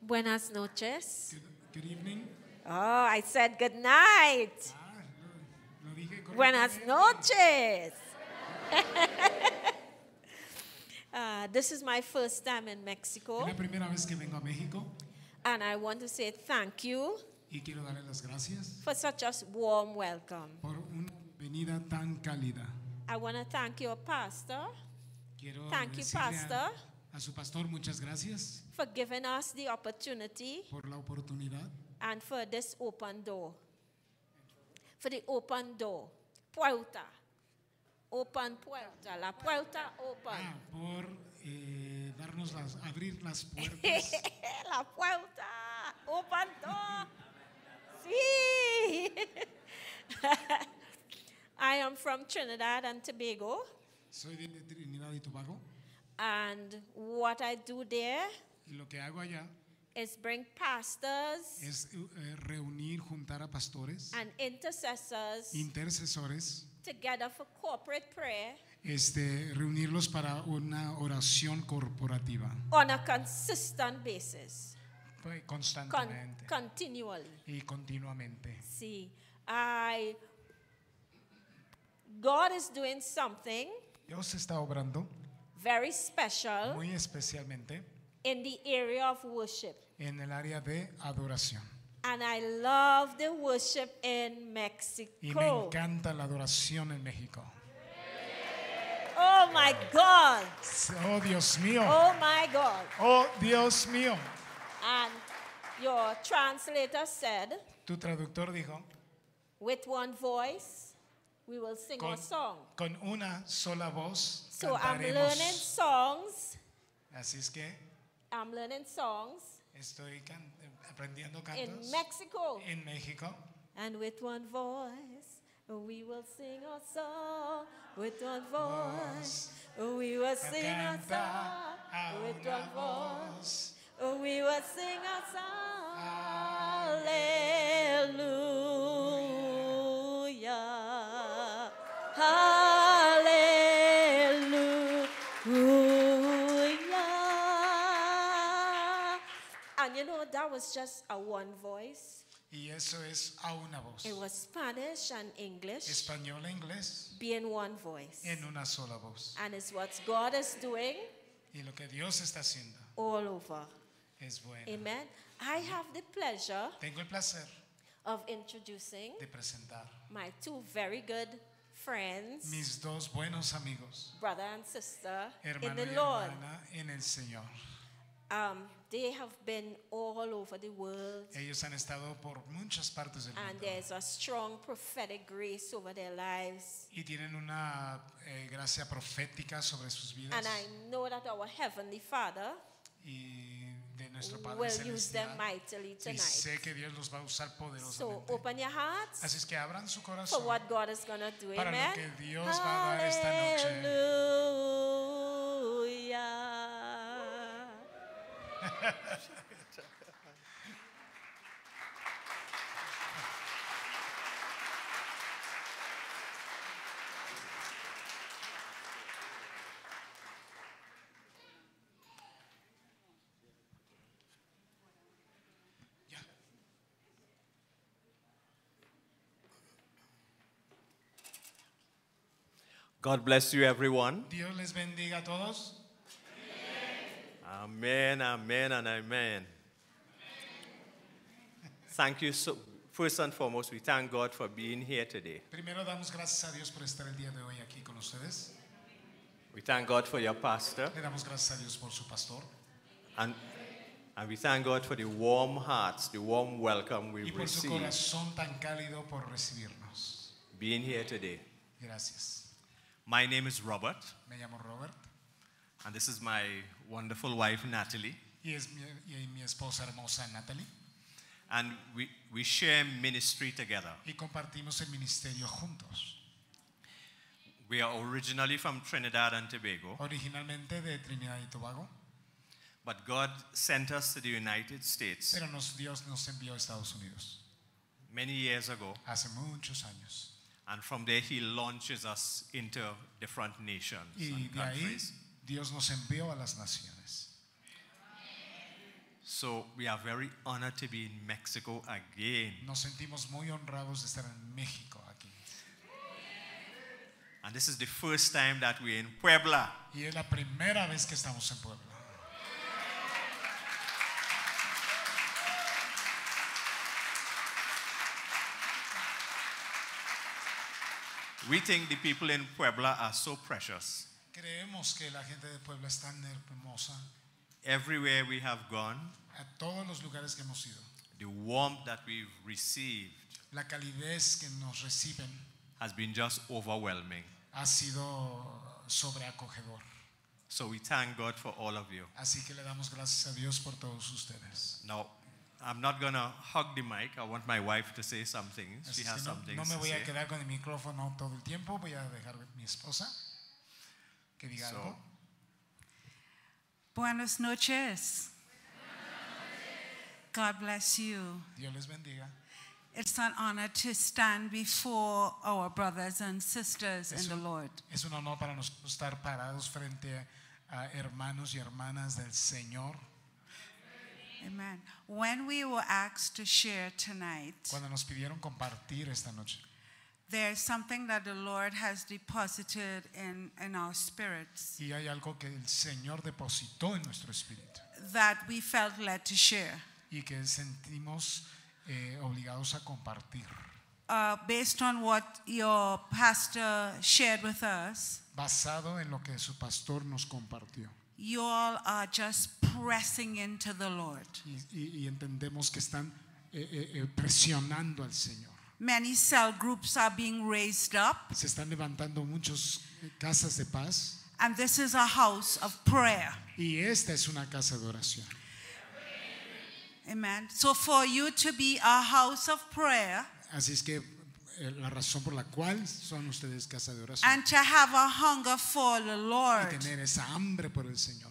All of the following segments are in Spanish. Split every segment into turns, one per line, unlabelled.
Buenas noches.
Good, good evening.
Oh, I said good night.
Ah, lo, lo dije correctamente.
Buenas noches. Uh, this is my first time in
Es
Mexico,
la primera vez que vengo a México
and I want to say thank you
y quiero darle las gracias
for such a warm welcome.
por una venida tan cálida.
I want to thank your pastor
Quiero
Thank you,
decirle a-
pastor.
a su pastor muchas gracias
for giving us the opportunity
por la oportunidad
and for this open door. For the open door. Puerta. Open puerta. La puerta open.
Ah, por eh, darnos las, abrir las puertas.
La puerta. Open door. Sí. I am from Trinidad and Tobago.
Soy de Trinidad y Tobago
And what I do there
y lo que hago allá
is bring pastors
es eh, reunir, juntar a pastores,
and intercessors
intercesores,
together for corporate prayer
este, reunirlos para una oración corporativa
on a consistent basis,
Pues,
con-
constantemente
continually.
y continuamente.
See, I God is doing something
Dios está obrando
very special
muy especialmente
in the area of worship.
en el área de adoración.
And I love the worship in
Y me
Mexico.
encanta la adoración en México.
Oh my God.
Oh Dios mío,
Oh my God.
oh Dios mío.
And your translator said,
Tu traductor dijo,
with one voice, we will sing a
con,
song.
con una sola voz
So I'm
cantaremos.
learning songs.
Así es que
I'm learning songs
estoy can- aprendiendo
in
cantos
Mexico.
en México.
And with one voice, we will sing a song. With one voice, we will sing a
Canta a
song. With
una
one voice,
voz.
we will sing a song. Hallelujah. Hallelujah. And you know, that was just a one voice.
Y eso es a una voz.
It was Spanish and English
Español e inglés
being one voice.
en una sola voz.
And it's what God is doing
Y lo que Dios está haciendo
all over.
es bueno.
Amen. I have the pleasure
Tengo el placer
of introducing
de presentar
my two very good friends,
mis dos buenos amigos,
brother and sister, in
hermano
the
y
Lord.
hermana en el Señor.
Um, they have been all over the world,
Ellos han estado por muchas partes del
and
mundo
there's a strong prophetic grace over their lives.
y tienen una eh, gracia profética sobre sus vidas
And I know that our Heavenly Father
y de nuestro Padre
will use them
Celestial.
mightily
Y
tonight.
sé que Dios los va a usar
So
poderosamente.
open your hearts
Así es que abran su
for
corazón
what God is going to do.
para
Amen.
lo que Dios va a dar esta noche.
Hallelujah.
Ya.
God bless you, everyone.
Dios les bendiga a todos.
Amen, amen, and amen. Thank you. So, first and foremost, we thank God for being here today.
Primero damos gracias a Dios por estar el día de hoy aquí con ustedes.
We thank God for your pastor,
Le damos gracias a Dios por su pastor
and, and we thank God for the warm hearts, the warm welcome
y
we
por su
received
corazón tan cálido por recibirnos.
being here today.
Gracias.
My name is Robert,
Me llamo Robert
and this is my wonderful wife, Natalie,
y es mi, y mi esposa hermosa Natalie
and we, we share ministry together.
y compartimos el ministerio juntos.
We are originally from Trinidad and Tobago,
Originalmente de Trinidad y Tobago,
but God sent us to the United States
pero nos, Dios nos envió a Estados Unidos
many years ago.
hace muchos años.
And from there, he launches us into different nations
Y
and
de ahí
countries.
Dios nos envió a las naciones.
So we are very honored to be in Mexico again.
Nos sentimos muy honrados de estar en México aquí.
And this is the first time that we're in Puebla.
Y es la primera vez que estamos en Puebla.
We think the people in Puebla are so precious.
Creemos que la gente de Puebla es tan hermosa.
Everywhere we have gone,
A todos los lugares que hemos ido,
the warmth that we've received
la calidez que nos reciben
has been just overwhelming.
ha sido sobreacogedor.
So we thank God for all of you.
Así que le damos gracias a Dios por todos ustedes.
Now, I'm not going to hug the mic. I want my wife to say some things.
Así es
She
que
has
no,
some
no
things
me
to
voy a
say.
quedar con el micrófono todo el tiempo. Voy a dejar a mi esposa que diga
So,
algo.
Buenas noches. God bless you.
Dios les bendiga.
It's an honor to stand before our brothers and sisters in
Eso.
the Lord.
Es un honor para nosotros estar parados frente a hermanos y hermanas del Señor.
Amen. When we were asked to share tonight,
Cuando nos pidieron compartir esta noche,
there's something that the Lord has deposited in, in our spirits
y hay algo que el Señor depositó en nuestro espíritu
that we felt led to share.
y que sentimos eh, obligados a compartir.
Uh, based on what your pastor shared with us,
Basado en lo que su pastor nos compartió.
you all are just pressing into the Lord.
Y, y- y entendemos que están eh, eh, eh, presionando al Señor.
Many cell groups are being raised up,
Se están levantando muchas casas de paz
and this is a house of prayer.
y esta es una casa de oración.
Amen. So, for you to be a house of prayer
Así es que eh, la razón por la cual son ustedes casa de oración
and to have a hunger for the
y
Lord,
tener esa hambre por el Señor.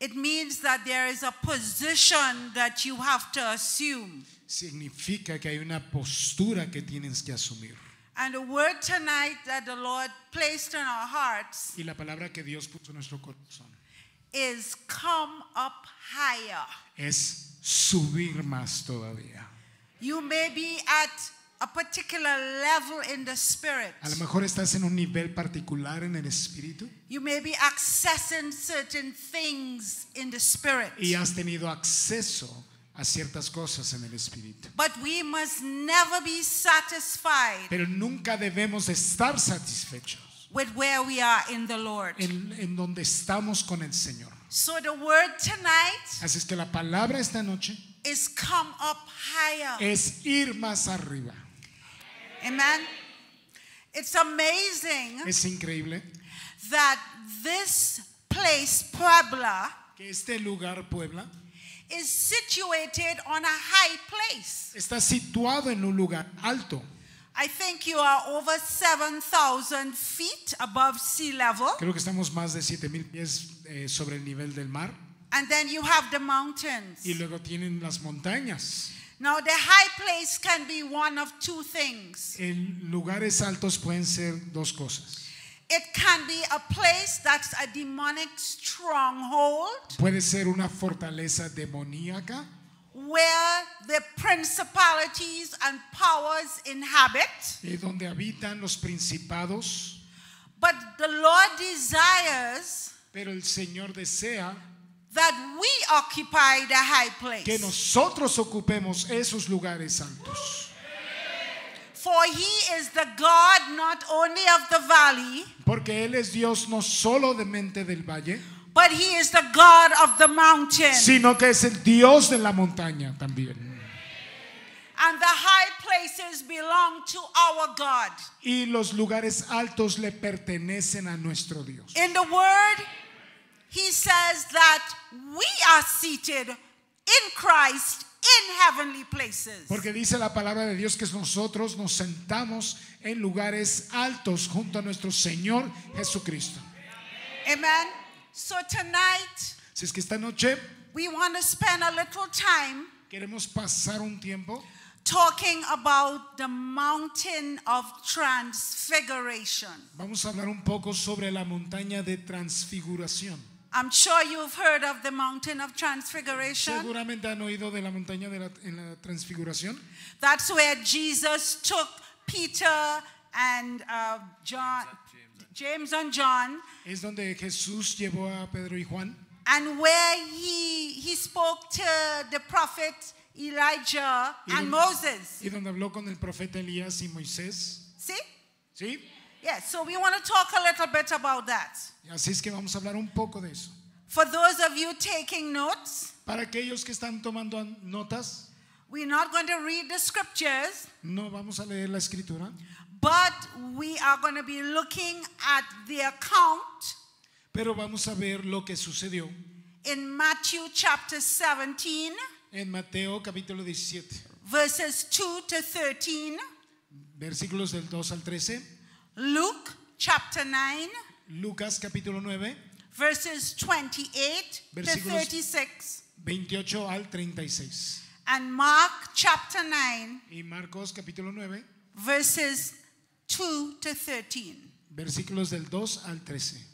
it means that there is a position that you have to assume.
significa que hay una postura que tienes que asumir.
And the word tonight that the Lord placed in our hearts
Y la palabra que Dios puso en nuestro corazón
is come up higher.
es subir más todavía.
You may be at a particular level in the spirit.
A lo mejor estás en un nivel particular en el espíritu
You may be accessing certain things in the spirit.
y has tenido acceso a ciertas cosas en el espíritu.
But we must never be satisfied
Pero nunca debemos de estar satisfechos
with where we are in the Lord.
en, en donde estamos con el Seor.
So the word tonight
Así es que la palabra esta noche
is come up higher.
es ir más arriba.
Amen. It's amazing
Es increíble
that this place, Puebla,
que este lugar, Puebla,
is situated on a high place.
está situado en un lugar alto.
I think you are over 7,000 feet above sea level.
Creo que estamos más de 7000 pies eh, sobre el nivel del mar
And then you have the mountains.
y luego tienen las montañas.
Now, the high place can be one of two things.
En lugares altos pueden ser dos cosas.
It can be a place that's a demonic stronghold
Puede ser una fortaleza demoníaca
where the principalities and powers inhabit.
eh, donde habitan los principados,
But the Lord desires
pero el Señor desea
that we occupy the high
que
place.
nosotros ocupemos esos lugares altos.
For he is the God not only of the valley,
Porque Él es Dios no solo de mente del valle,
but he is the God of the mountain.
sino que es el Dios de la montaña también.
And the high places belong to our God.
Y los lugares altos le pertenecen a nuestro Dios.
In the word, he says that we are seated in Christ in heavenly places.
Porque dice la palabra de Dios que nosotros nos sentamos en lugares altos junto a nuestro Señor Jesucristo.
Amen. So tonight,
Así es que esta noche
we want to spend a little time
queremos pasar un tiempo
talking about the mountain of transfiguration.
Vamos a hablar un poco sobre la montaña de transfiguración.
I'm sure you've heard of the mountain of transfiguration.
Seguramente han oído de la montaña de la, en la transfiguración.
That's where Jesus took Peter and uh, John, James and John,
Es donde Jesús llevó a Pedro y Juan
and where he, he spoke to the prophet Elijah and
Even-
Moses.
y donde habló con el profeta Elías y Moisés.
See?
¿Sí?
Yes, so we want to talk a little bit about that.
Así es que vamos a hablar un poco de eso.
For those of you taking notes,
Para aquellos que están tomando an- notas,
we're not going to read the scriptures,
no vamos a leer la escritura,
but we are going to be looking at the account
pero vamos a ver lo que sucedió
in Matthew chapter 17,
en Mateo capítulo 17,
verses 2 to 13,
versículos del 2 al 13,
Luke chapter 9,
Lucas capítulo 9,
verses 28 to
Versículos-
36,
28 al 36
and Mark chapter 9,
y Marcos capítulo 9,
verses 2 to 13.
versículos del 2 al 13.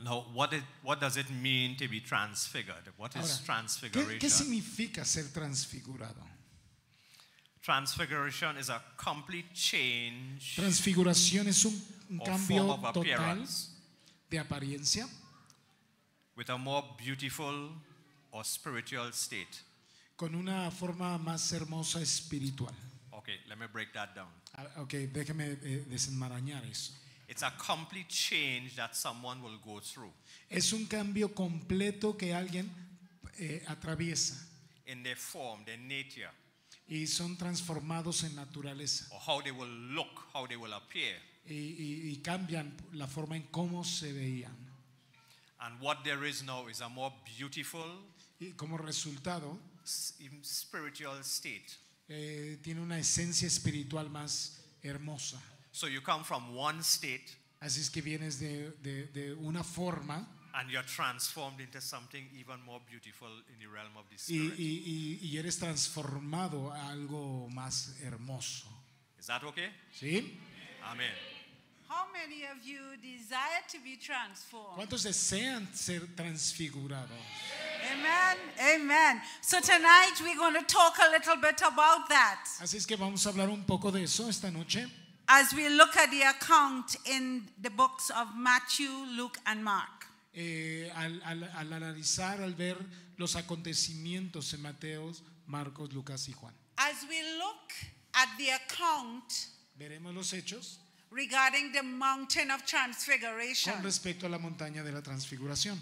Now, what, it, what does it mean to be transfigured? What is
Ahora, ¿qué, qué
transfiguration?
significa ser transfigurado?
Transfiguration is a complete change
Transfiguración es un, un
or form
cambio
of
total
appearance
de apariencia
with a more beautiful or spiritual state.
con una forma más hermosa espiritual.
Okay, let me break that down.
Ah, Ok, déjeme eh, desenmarañar eso.
It's a complete change that someone will go through
Es un cambio completo que alguien eh, atraviesa
in their form, their nature,
y son transformados en naturaleza
or how they will look, how they will appear,
y, y- y cambian la forma en cómo se veían.
and what there is now is a more beautiful,
Y como resultado,
s- even spiritual state.
eh, tiene una esencia espiritual más hermosa.
So you come from one state
Así es que vienes de, de- de una forma
and you're transformed into something even more beautiful in the realm of the
y,
spirit.
y- y- y eres transformado a algo más hermoso.
Is that okay?
¿Sí?
Amen.
How many of you desire to be transformed?
¿Cuántos desean ser transfigurados?
Amen. Amen. So tonight we're going to talk a little bit about that
Así es que vamos a hablar un poco de eso esta noche.
as we look at the account in the books of Matthew, Luke, and Mark.
Eh, al, al- al analizar, al ver los acontecimientos en Mateo, Marcos, Lucas y Juan.
As we look at the account
Veremos los hechos
regarding the mountain of transfiguration,
con respecto a la montaña de la transfiguración.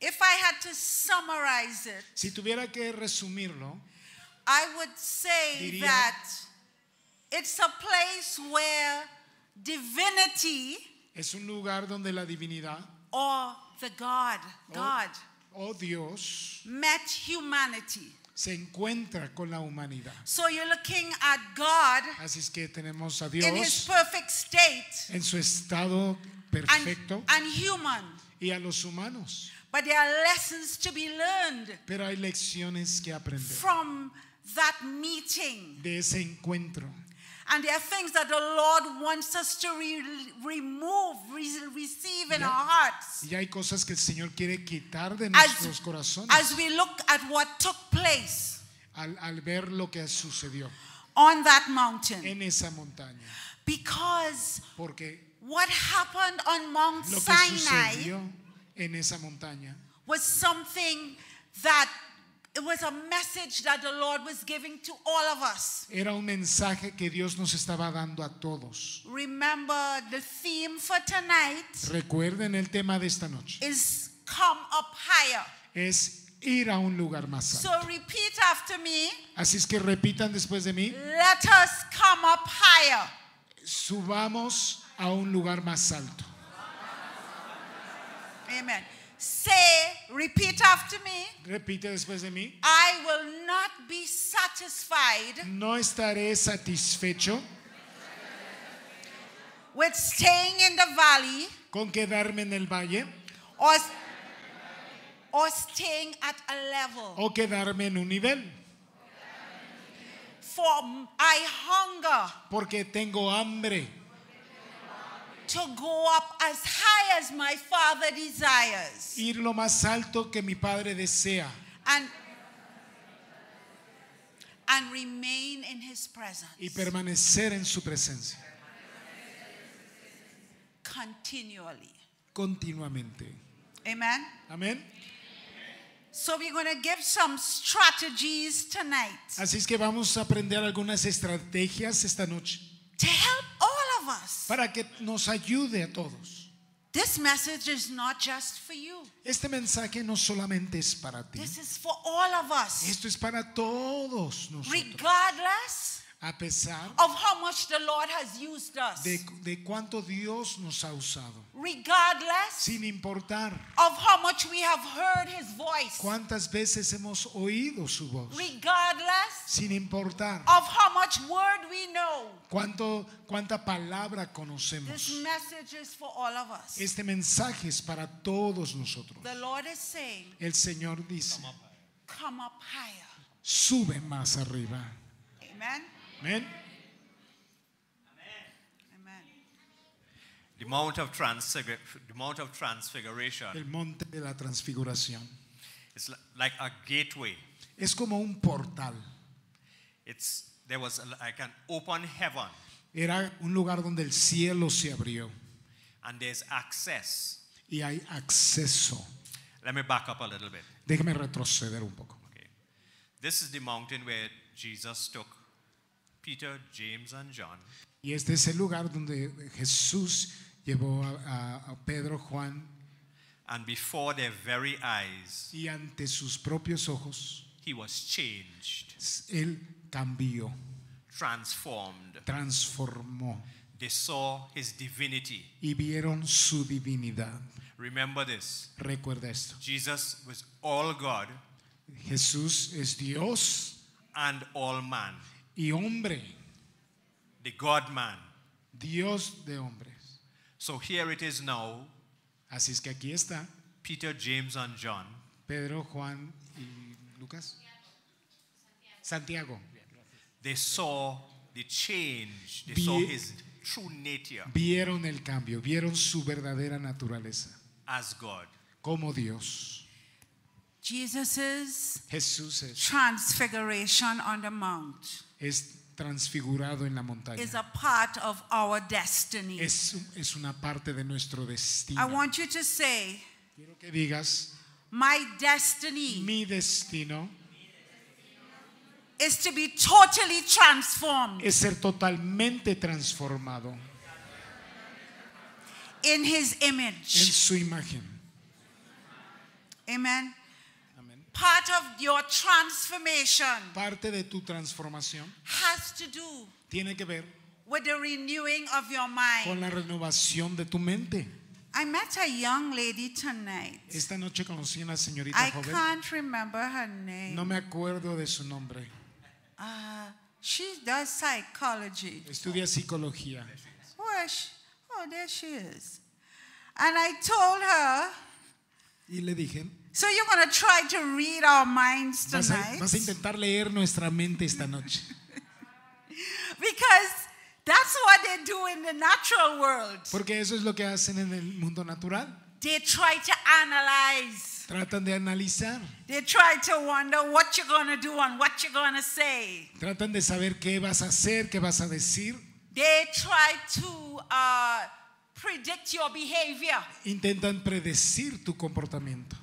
if I had to summarize it,
Si tuviera que resumirlo,
I would say
Diría-
that it's a place where divinity
es un lugar donde la divinidad
or the God,
o-
God,
o Dios
met humanity.
se encuentra con la humanidad.
So you're looking at God
Así es que tenemos a
in his
Dios
perfect state
en su estado
and,
perfecto
and human.
y a los humanos.
But there are lessons to be learned
Pero hay lecciones que aprender
from that meeting.
de ese encuentro.
And there are things that the Lord wants us to re- remove, re- receive in
Yeah.
our hearts
Y hay cosas que el Señor quiere quitar de
As-
nuestros corazones
as we look at what took place
al, al ver lo que sucedió
on that mountain.
en esa montaña.
Because
Porque
what happened on Mount
lo que
Sinai
sucedió en esa montaña
was something that it was a message that the Lord was giving to all of us.
era un mensaje que Dios nos estaba dando a todos.
Remember, the theme for tonight
Recuerden el tema de esta noche.
is come up higher.
Es ir a un lugar más
So
alto.
repeat after me
Así es que repitan después de mí.
let us come up higher.
Subamos a un lugar más alto.
Amen. Say, repeat after me
Repite después de mí.
I will not be satisfied
No estaré satisfecho
with staying in the valley
con quedarme en el valle
or, or staying at a level.
o quedarme en un nivel.
For I hunger
porque tengo hambre
to go up as high as my Father desires.
ir lo más alto que mi Padre desea
and and remain in his presence
y permanecer en su presencia
continually
continuamente.
amen
Amén.
so we're going to give some strategies tonight
Así es que vamos a aprender algunas estrategias esta noche
to help all of us
para que nos ayude a todos.
this message is not just for you
Este mensaje no solamente es para ti,
this is for all of us
esto es para todos nosotros,
regardless
a pesar
of how much the lord has used us
de, de cuánto Dios nos ha usado,
regardless
sin importar
of how much we have heard his voice
cuántas veces hemos oído su voz,
regardless
sin importar
of how much word we know
cuánto, cuánta palabra conocemos.
This message is for all of us.
Este mensaje es para todos nosotros.
the Lord is saying,
El Señor dice,
come up higher.
sube más arriba.
Amen.
Amén.
Amen.
The Mount of Transfiguration. The Mount of Transfiguration.
El monte de la transfiguración.
It's li- like a gateway.
Es como un portal.
It's there was a- like an open heaven,
Era un lugar donde el cielo se abrió
and there's access.
y hay acceso.
Let me back up a little bit.
Déjeme retroceder un poco.
Okay. This is the mountain where Jesus took Peter, James, and John
Y este es el lugar donde Jesús llevó a, a- a Pedro, Juan,
And before their very eyes,
y ante sus propios ojos,
he was changed,
él cambió,
transformed.
transformó
They saw his divinity.
y vieron su divinidad.
Remember this
Recuerda esto.
Jesus was all God
Jesús es Dios
and all man,
y hombre,
the God man.
Dios de hombres.
So here it is now
Así es que aquí está
Peter, James, and John.
Pedro, Juan y Lucas. Santiago.
They saw the change, they
Be-
saw his true nature
Vieron el cambio, vieron su verdadera naturaleza
as God.
como Dios.
Jesus'
Jesús es,
transfiguration on the mount
es transfigurado en la montaña.
is a part of our destiny.
Es, es una parte de nuestro
I
destino.
want you to say,
Quiero que digas,
my destiny
mi destino
is to be totally transformed
es ser totalmente transformado
in his
en
image.
su imagen.
Amen.
Amén.
Part of your transformation
Parte de tu transformación
has to do
tiene que ver
with the renewing of your
con
mind.
la renovación de tu mente.
I met a young lady tonight.
Esta noche conocí a una señorita
I
joven.
can't remember her name.
No me acuerdo de su nombre.
Uh, she does psychology.
Estudia psicología.
Where is she? Oh, there she is. And I told her,
Y le dije,
so you're going to try to read our minds
vas a,
tonight
vas a intentar leer nuestra mente esta noche.
because that's what they do in the natural world.
Porque eso es lo que hacen en el mundo natural.
They try to analyze.
Tratan de analizar,
They try to wonder what you're going to do and what you're going to say.
tratan de saber qué vas a hacer, qué vas a decir.
They try to uh, predict your behavior.
Intentan predecir tu comportamiento.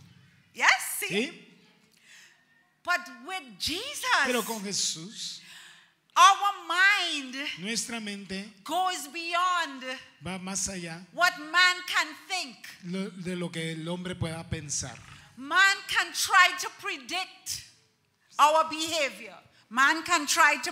Yes, see?
¿Sí?
But with Jesus,
Pero con Jesús,
our mind
nuestra mente
goes beyond
va más allá
what man can think.
lo- de lo que el hombre pueda pensar.
Man can try to predict our behavior. Man can try to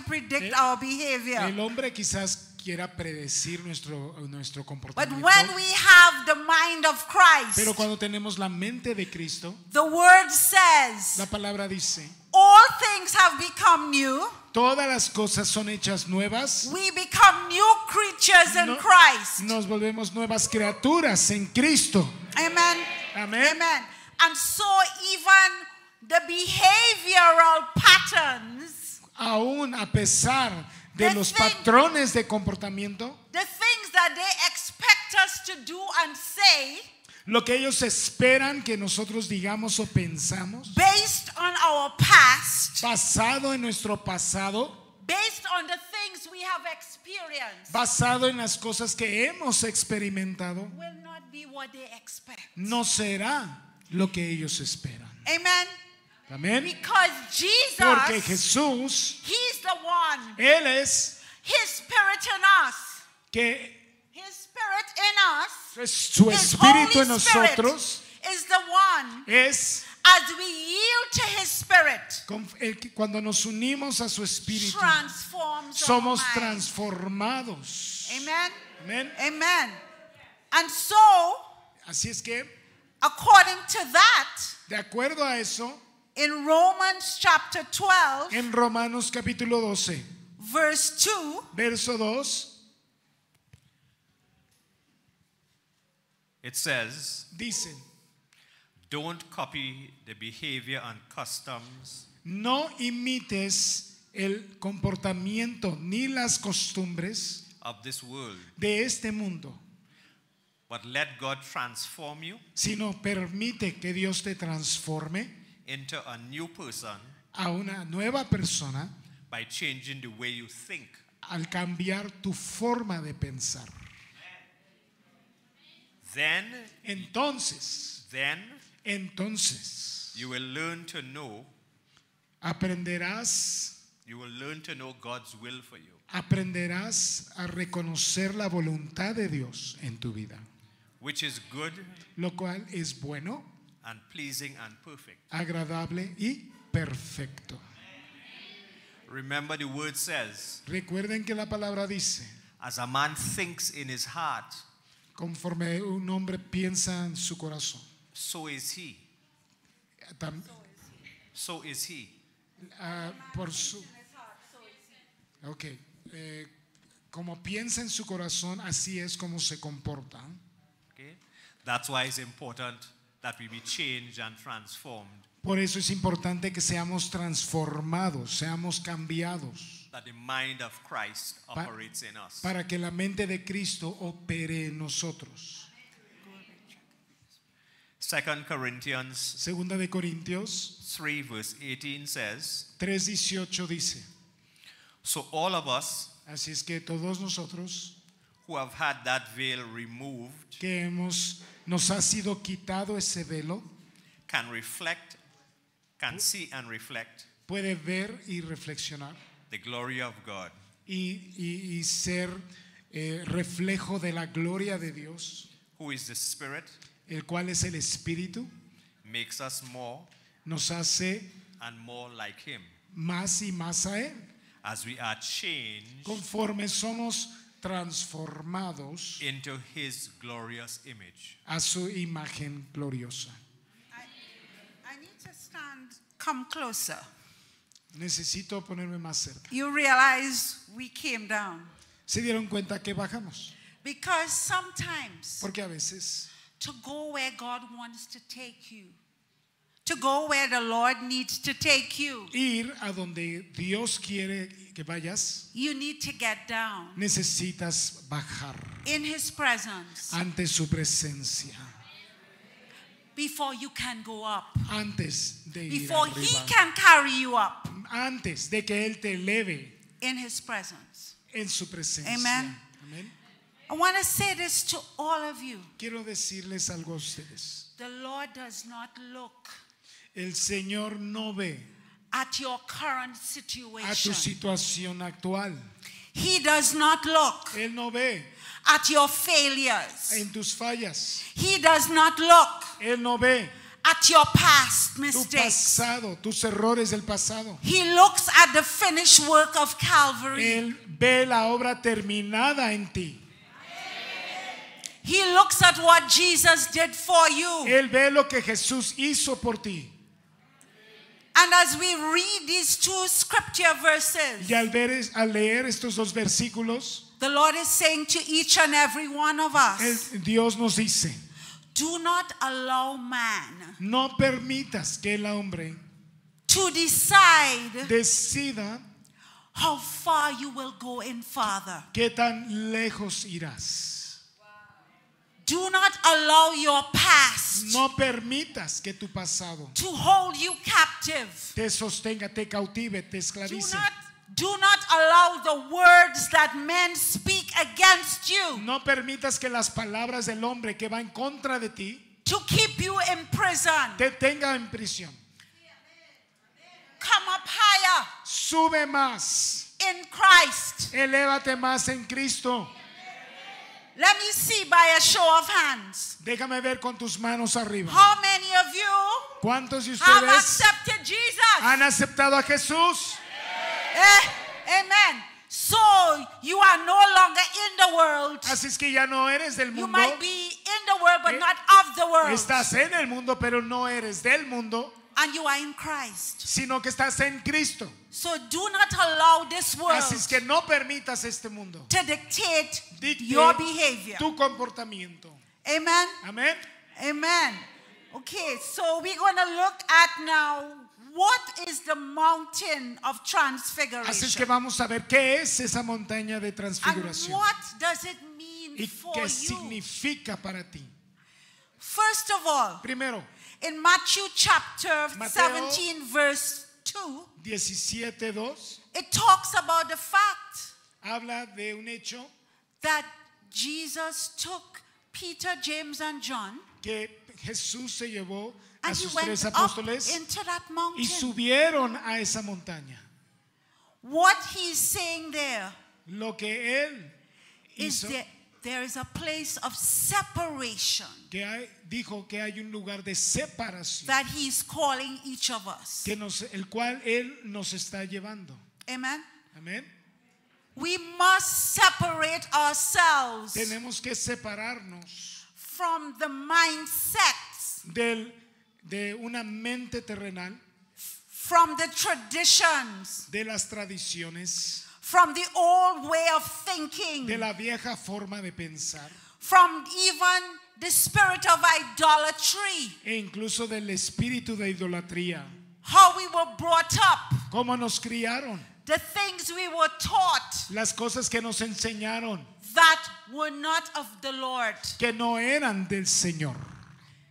El-
predict our behavior.
El hombre quizás quiera predecir nuestro, nuestro
But
comportamiento.
when we have the mind of Christ,
Pero cuando tenemos la mente de Cristo,
the
la
word says,
palabra dice,
all things have become new.
todas las cosas son hechas nuevas.
We become new creatures in
No-
Christ.
Nos volvemos nuevas criaturas en Cristo.
Amen.
Amén.
Amen. And so even the behavioral patterns,
Aún a pesar de
The
los
thing-
patrones de comportamiento,
the things that they expect us to do and say
Lo que ellos esperan que nosotros digamos o pensamos,
based on our past,
basado en nuestro pasado,
based on the things we have experienced,
basado en las cosas que hemos experimentado,
will not be what they expect.
no será lo que ellos esperan.
Amen.
Amén.
Because
Porque
Jesus,
Jesús,
He's the one.
Él es
His Spirit in us,
que
His Spirit in us,
es su
His
espíritu en
Holy Spirit
nosotros
is the one.
es
As we yield to His Spirit,
con- el que cuando nos unimos a su espíritu,
transforms our
somos
mind.
transformados.
Amen.
Amén.
Amen. And so,
Así es que,
according to that,
de acuerdo a eso,
in Romans chapter 12,
en Romanos capítulo 12,
verse 2,
verso 2,
It says,
dice,
Don't copy the behavior and customs
no imites el comportamiento ni las costumbres
of this world,
de este mundo,
but let God transform you
sino permite que Dios te transforme
into a new person
a una nueva persona
by changing the way you think.
al cambiar tu forma de pensar.
Then,
Entonces,
then
entonces,
you will learn to know,
aprenderás,
you will learn to know God's will for you,
aprenderás a reconocer la voluntad de Dios en tu vida,
which is good
lo cual es bueno,
and pleasing and perfect.
agradable y perfecto.
Remember the word says,
Recuerden que la palabra dice,
as a man thinks in his heart,
conforme un hombre piensa en su corazón,
so is he.
tam-
So is he.
ah, por su... Ok, eh, como piensa en su corazón, así es como se comporta.
Okay? That's why it's important that we be changed and transformed,
Por eso es importante que seamos transformados, seamos cambiados,
that the mind of Christ operates in us.
para que la mente de Cristo opere en nosotros.
Second Corinthians
Segunda de Corintios
3, verse 18 says,
3:18 dice,
So all of us
así es que todos nosotros
who have had that veil removed
que hemos nos ha sido quitado ese velo,
can reflect, can see and reflect
puede ver y reflexionar
the glory of God.
y, y- y ser eh, reflejo de la gloria de Dios,
Who is the Spirit,
el cual es el Espíritu,
makes us more
nos hace
and more like Him
más y más a Él.
as we are changed
conforme somos transformados
into His glorious image.
a su imagen gloriosa.
I need to stand, come closer.
Necesito ponerme más cerca.
You realize we came down.
¿Se dieron cuenta que bajamos?
Because sometimes
Porque a veces
to go where God wants to take you, to go where the Lord needs to take you,
ir a donde Dios quiere que vayas,
you need to get down
necesitas bajar
in His presence
ante su presencia,
before you can go up,
antes de ir
before He
arriba,
can carry you up
antes de que Él te eleve
in His presence.
en su presencia.
Amen.
Amén.
I want to say this to all of you
Quiero decirles algo a ustedes.
the Lord does not look
El Señor no ve
at your current
a tu
situation,
situación actual.
He does not look
Él no ve
at your failures,
en tus fallas.
He does not look.
Él no ve
at your past
tu
mistakes.
pasado, tus errores del pasado.
He looks at the finished work of Calvary.
Él ve la obra terminada en ti.
He looks at what Jesus did for you.
Él ve lo que Jesús hizo por ti.
And as we read these two scripture verses,
Y al, ver, es- al leer estos dos versículos,
the Lord is saying to each and every one of us
el- Dios nos dice,
do not allow man
no permitas que el hombre
to decide
decida
how far you will go in Father.
qué tan lejos irás.
Do not allow your past
No permitas que tu pasado
to hold you captive.
te sostenga, te cautive, te
Do
esclavice.
not, do not allow the words that men speak against you
No permitas que las palabras del hombre que va en contra de ti
to keep you in prison.
te tenga en prisión.
Come up higher
Sube más,
in Christ.
elévate más en Cristo.
Let me see by a show of hands.
Déjame ver con tus manos arriba.
How many of you
¿Cuántos de
have
ustedes
accepted Jesus?
han aceptado a Jesús?
Eh, amen. So you are no longer in the world.
Así es que ya no eres del
You
mundo.
might be in the world, but
Eh,
not of the world.
Estás en el mundo, pero no eres del mundo,
And you are in Christ.
sino que estás en Cristo.
So do not allow this world
Así es que no permitas este mundo
to dictate
dicte
your behavior.
tu comportamiento.
Amen.
Amén.
Amen. Okay, so we're going to look at now what is the mountain of
Así es que
transfiguration?
vamos a ver qué es esa montaña de
And
transfiguración
what does it mean
y
for
qué
you?
significa para ti.
First of all,
Primero,
in Matthew chapter
Mateo.
17, verse 2,
17.2
it talks about the fact
habla de un hecho
that Jesus took Peter, James, and John
que Jesús se llevó a
and he
sus
went
tres
up
apóstoles
into that
y
mountain.
subieron a esa montaña.
What he's saying there
Lo que él
is
hizo,
that there is a place of separation
que hay- dijo que hay un lugar de separación,
that he's calling each of us.
que nos, el cual él nos está llevando.
Amen.
Amén.
We must separate ourselves
Tenemos que separarnos
from the mindsets,
del, de una mente terrenal,
from the traditions,
de las tradiciones,
from the old way of
de
thinking,
la vieja forma de pensar
from even the spirit of idolatry.
e incluso del espíritu de idolatría.
how we were brought up,
¿Cómo nos criaron?
the things we were taught
Las cosas que nos enseñaron
that were not of the Lord.
que no eran del Señor.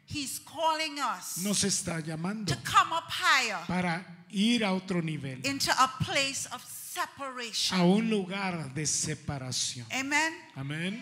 He's calling us
Nos está llamando
to come up higher
para ir a otro nivel.
into a place of separation.
a un lugar de separación.
Amen.
Amén.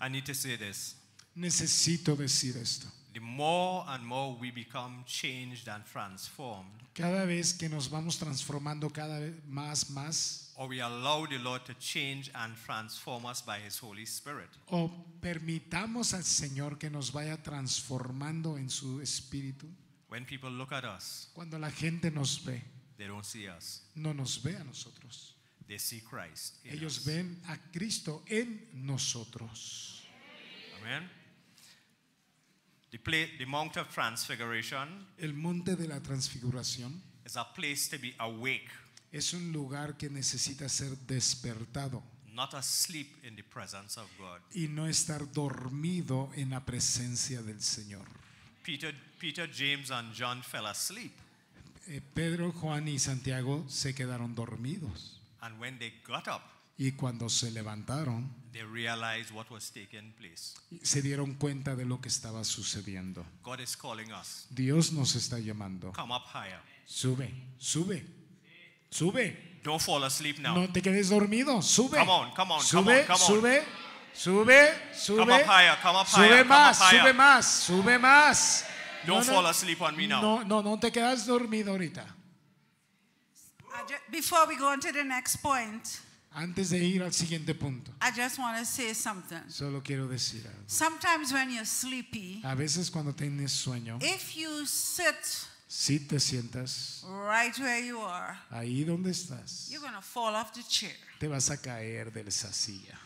I need to say this.
Necesito decir esto.
The more and more we become changed and transformed,
Cada vez que nos vamos transformando cada vez más, más,
or we allow the Lord to change and transform us by His Holy Spirit,
o permitamos al Señor que nos vaya transformando en su espíritu,
when people look at us,
cuando la gente nos ve,
they don't see us.
no nos ve a nosotros.
They see Christ. in
Ellos
us.
ven a Cristo en nosotros.
Amen. The, pla- the Mount of Transfiguration
El monte de la transfiguración
is a place to be awake,
es un lugar que necesita ser despertado
not asleep in the presence of God.
y no estar dormido en la presencia del Señor.
Peter, Peter, James, and John fell asleep.
Eh, Pedro, Juan y Santiago se quedaron dormidos
And when they got up,
y cuando se levantaron
they realized what was taking place.
se dieron cuenta de lo que estaba sucediendo.
God is calling us.
Dios nos está llamando.
Come up higher.
Sube, sube, sube.
Don't fall asleep now.
No te quedes dormido, sube.
Come on, come on,
sube,
come on, come on.
sube, sube, sube.
Come up higher, come up
sube
higher, come
más,
up higher.
sube más, sube más.
Don't fall asleep on me now.
No, no, no te quedas dormido ahorita.
I ju- before we go on to the next point,
Antes de ir al siguiente punto,
I just want to say something.
solo quiero decir algo.
Sometimes when you're sleepy,
A veces cuando tienes sueño,
if you sit
si te sientas
right where you are,
ahí donde estás,
you're going to fall off the chair.
te vas a caer de esa silla.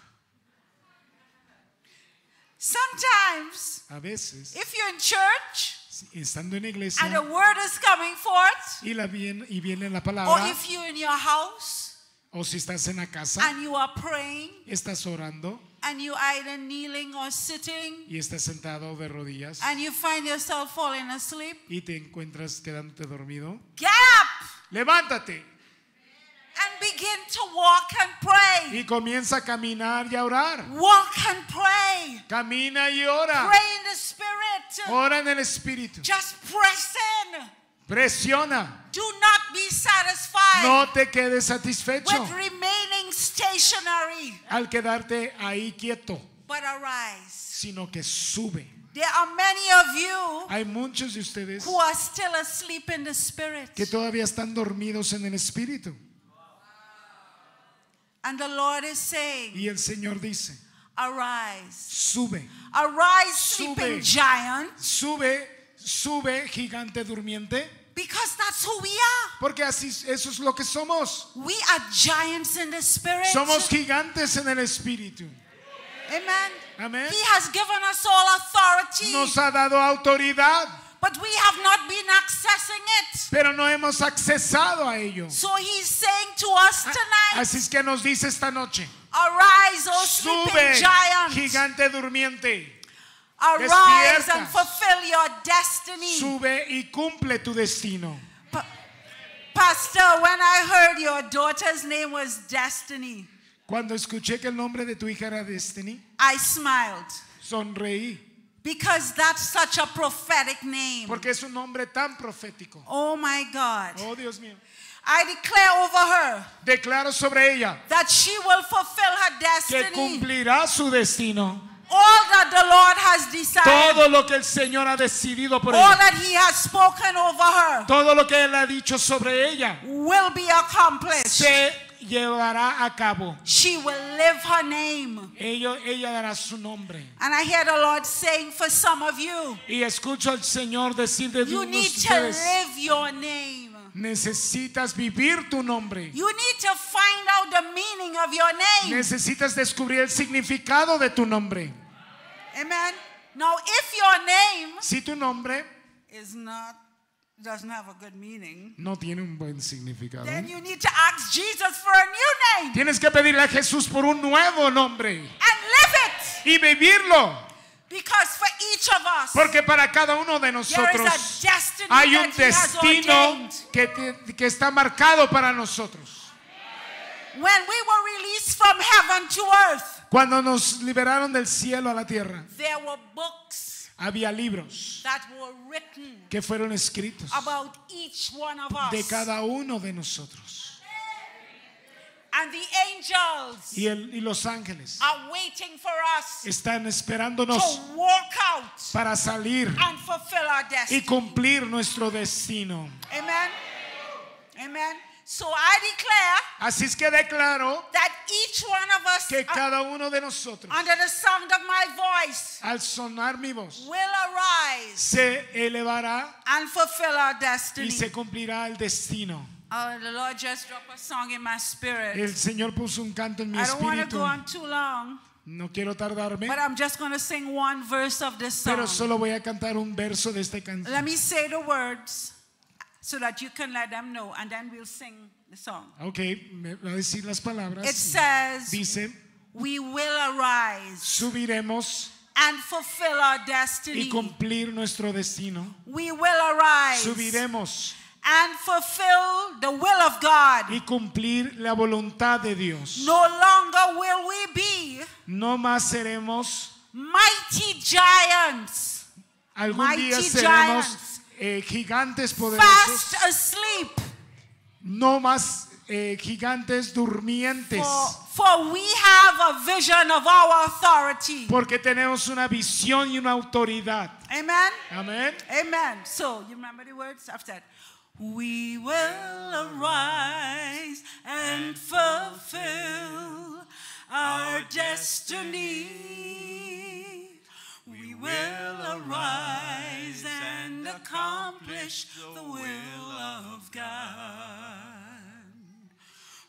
Sometimes
A veces,
If you're in church
si- estando en
and the
iglesia
word is coming forth,
y, la viene, y viene la
or
palabra,
if you're in your house
o si estás en la casa,
and you are praying
estás orando
and you're either kneeling or sitting
y estás sentado de rodillas
and you find yourself falling asleep,
y te encuentras quedándote dormido,
get up
levántate
and begin begin to walk and pray.
Y comienza a caminar y a orar.
Walk and pray.
Camina y ora.
Pray in the Spirit.
Ora en el Espíritu.
Just press in.
Presiona.
Do not be satisfied
No te quedes satisfecho
with remaining stationary,
al quedarte ahí quieto,
but arise.
sino que sube.
There are many of you
Hay muchos de ustedes
who are still asleep in the Spirit.
que todavía están dormidos en el Espíritu.
And the Lord is saying,
Y el Señor dice,
Arise.
sube,
Arise,
Sube.
sleeping giant,
sube, sube, gigante durmiente,
because that's who we are.
porque así eso es lo que somos.
We are giants in the Spirit.
Somos gigantes en el Espíritu.
Amen.
Amén.
He has given us all authority,
Nos ha dado autoridad,
but we have not been accessing it.
pero no hemos accesado a ello.
So he's saying to us
Ah,
tonight,
Así es que nos dice esta noche,
arise, O
ah, sube,
sleeping giant.
gigante durmiente,
arise
despierta.
and fulfill your destiny.
sube y cumple tu destino.
Pa- Pastor, when I heard your daughter's name was Destiny,
Cuando escuché que el nombre de tu hija era Destiny,
I smiled
sonreí,
because that's such a prophetic name.
porque es un nombre tan profético.
Oh my God.
Oh Dios mío.
I declare over her
Declaro sobre ella
that she will fulfill her
que
destiny.
cumplirá su destino.
All that the Lord has decided,
Todo lo que el Señor ha decidido por
all
ella,
that He has spoken over her,
todo lo que Él ha dicho sobre ella,
will be accomplished.
se llevará a cabo.
She will live her name.
Ello- ella dará su nombre.
And I hear the Lord saying for some of you,
Y escucho al Señor decir de
you
unos de
need to
ustedes,
live your name.
necesitas vivir tu nombre.
You need to find out the meaning of your name.
Necesitas descubrir el significado de tu nombre.
Amen. Now, if your name
Si tu nombre
is not, doesn't have a good meaning,
no tiene un buen significado,
then you need to ask Jesus for a new name
tienes que pedirle a Jesús por un nuevo nombre
and live it.
y vivirlo.
Because for each of us,
Porque para cada uno de
there is
nosotros
a destiny
hay
that
un
he has
destino
ordained.
que, te- que está marcado para nosotros.
When we were released from heaven to earth,
Cuando nos liberaron del cielo a la tierra,
there were books
había libros
that were written
que fueron escritos
about each one of us.
de cada uno de nosotros.
And the angels
Y, el- y los ángeles
are waiting for us
están
to
esperándonos
walk out
para salir
and fulfill our
y
destiny.
cumplir nuestro destino.
Amen. Amen. So I declare
Así es que declaro
that each one of us,
que
uh,
cada uno de nosotros,
under the sound of my voice,
al sonar mi voz,
will arise
se elevará
and fulfill our
y
destiny.
se cumplirá el destino.
Oh, the Lord just dropped a song in my spirit.
El Señor puso un canto en mi
Eh. I don't want to
espíritu.
go on too long,
No quiero tardarme,
but I'm just going to sing one verse of this
pero
song.
solo voy a cantar un verso de este esta
Let
canción.
me say the words so that you can let them know, and then we'll sing the song.
Ok, me va a decir las palabras.
It says,
Dice,
We will arise
subiremos
and fulfill our
y
destiny.
cumplir nuestro destino.
We will arise
Subiremos
and fulfill the will of God.
y cumplir la voluntad de Dios.
Ah. No longer will we be
No más seremos,
mighty giants,
algún día
Mighty
seremos
giants.
eh, gigantes poderosos.
fast asleep.
No más eh, gigantes durmientes.
For, for we have a vision of our authority.
Porque tenemos una visión y una autoridad.
Amen.
Amén.
Amen. So you remember the words after that. We will arise and fulfill our destiny. We will arise and accomplish the will of God.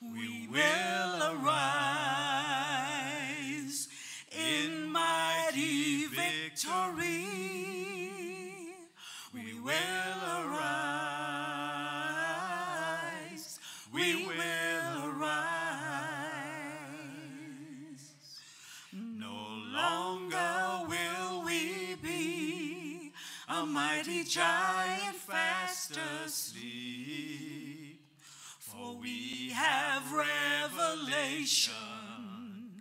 We will arise in mighty victory. We will arise. We will arise. No longer will we be a mighty giant fast asleep. For we have demonstration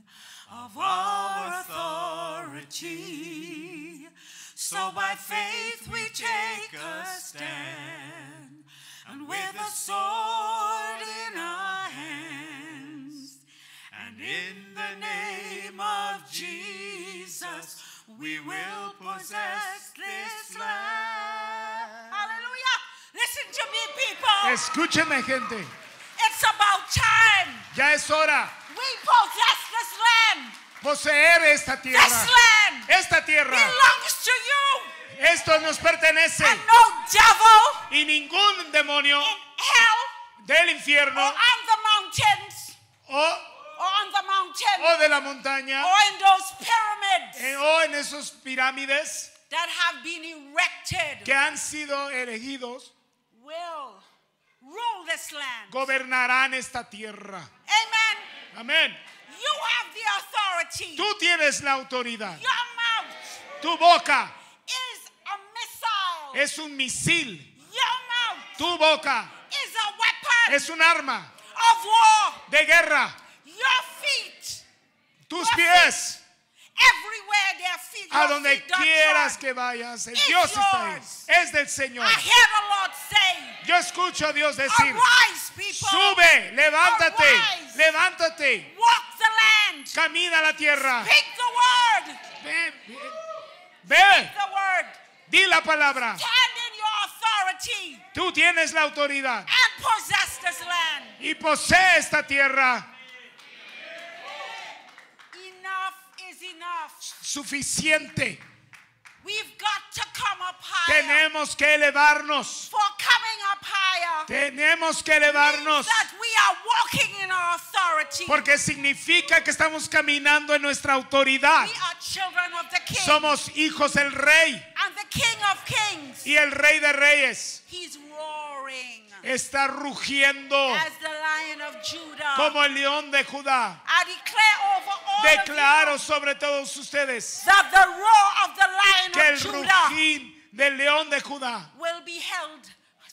of our authority. So by faith we take a stand, and with a sword in our hands, and in the name of Jesus, we will possess this land. Hallelujah! Listen to me, people.
Escúcheme gente,
It's about time
ya es hora
we possess this land.
poseer esta
This
tierra.
land
Esta tierra,
belongs to you,
esto nos pertenece
and no devil
y ningún demonio
in hell
del
or
infierno
on the mountains
o,
or on the mountain
o de la montaña
or in those pyramids
eh, o en esos pirámides
that have been erected
que han sido elegidos
will rule this land.
gobernarán esta tierra.
Amen.
Amén.
You have the authority.
Tú tienes la autoridad.
Your mouth
Tu boca
is a missile.
es un misil.
Your mouth
Tu boca
is a weapon
es un arma
of war.
de guerra.
Your feet,
Tus pies,
everywhere their feet,
a
your
donde
feet are
quieras
trod.
que vayas, el
It's
Dios está ahí.
yours.
Es del Señor.
I hear the Lord say,
Yo escucho a Dios decir,
arise, people.
sube, levántate,
Arise.
levántate,
Walk the land.
camina a la tierra.
Speak the word.
Ve, ve, ve,
The word.
di la palabra.
Stand in your authority
Tú tienes la autoridad
and possess this land.
y posee esta tierra.
Enough is enough.
Suficiente.
We've got to come up higher.
Tenemos que elevarnos.
For coming up higher
Tenemos que
means
elevarnos.
that we are walking in our authority.
Porque significa que estamos caminando en nuestra autoridad.
we are children of the King.
Somos hijos del rey
and the King of Kings.
y el rey de reyes
He's roaring
está rugiendo
as the Lion of Judah.
como el león de Judá.
I declare over all of you
Declaro sobre todos ustedes
that the roar of the Lion
que
of
el
Judah
rugir del león de Judá
will be held,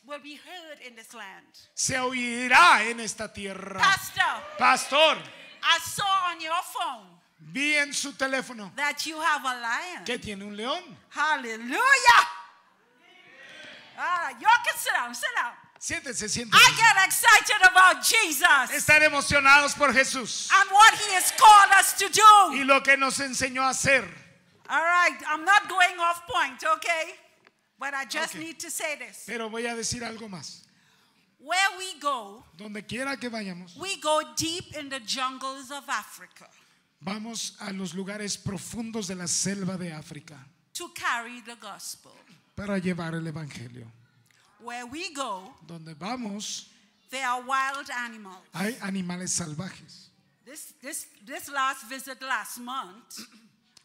will be heard in this land.
se oirá en esta tierra.
Pastor,
Pastor,
I saw on your phone
vi en su teléfono
that you have a lion.
que tiene un león.
Hallelujah. Ah, y'all can sit down, sit down.
Siéntese, siéntese.
I get excited about Jesus
Están emocionados por Jesús
and what he has called us to do.
y lo que nos enseñó a hacer.
All right, I'm not going off point, okay? But I just
Okay.
need to say this.
Pero voy a decir algo más.
Where we go,
Donde quiera que vayamos,
we go deep in the jungles of Africa
vamos a los lugares profundos de la selva de África
to carry the gospel.
para llevar el Evangelio.
Where we go,
Donde vamos
there are wild animals.
hay animales salvajes.
This, this, this last visit last month,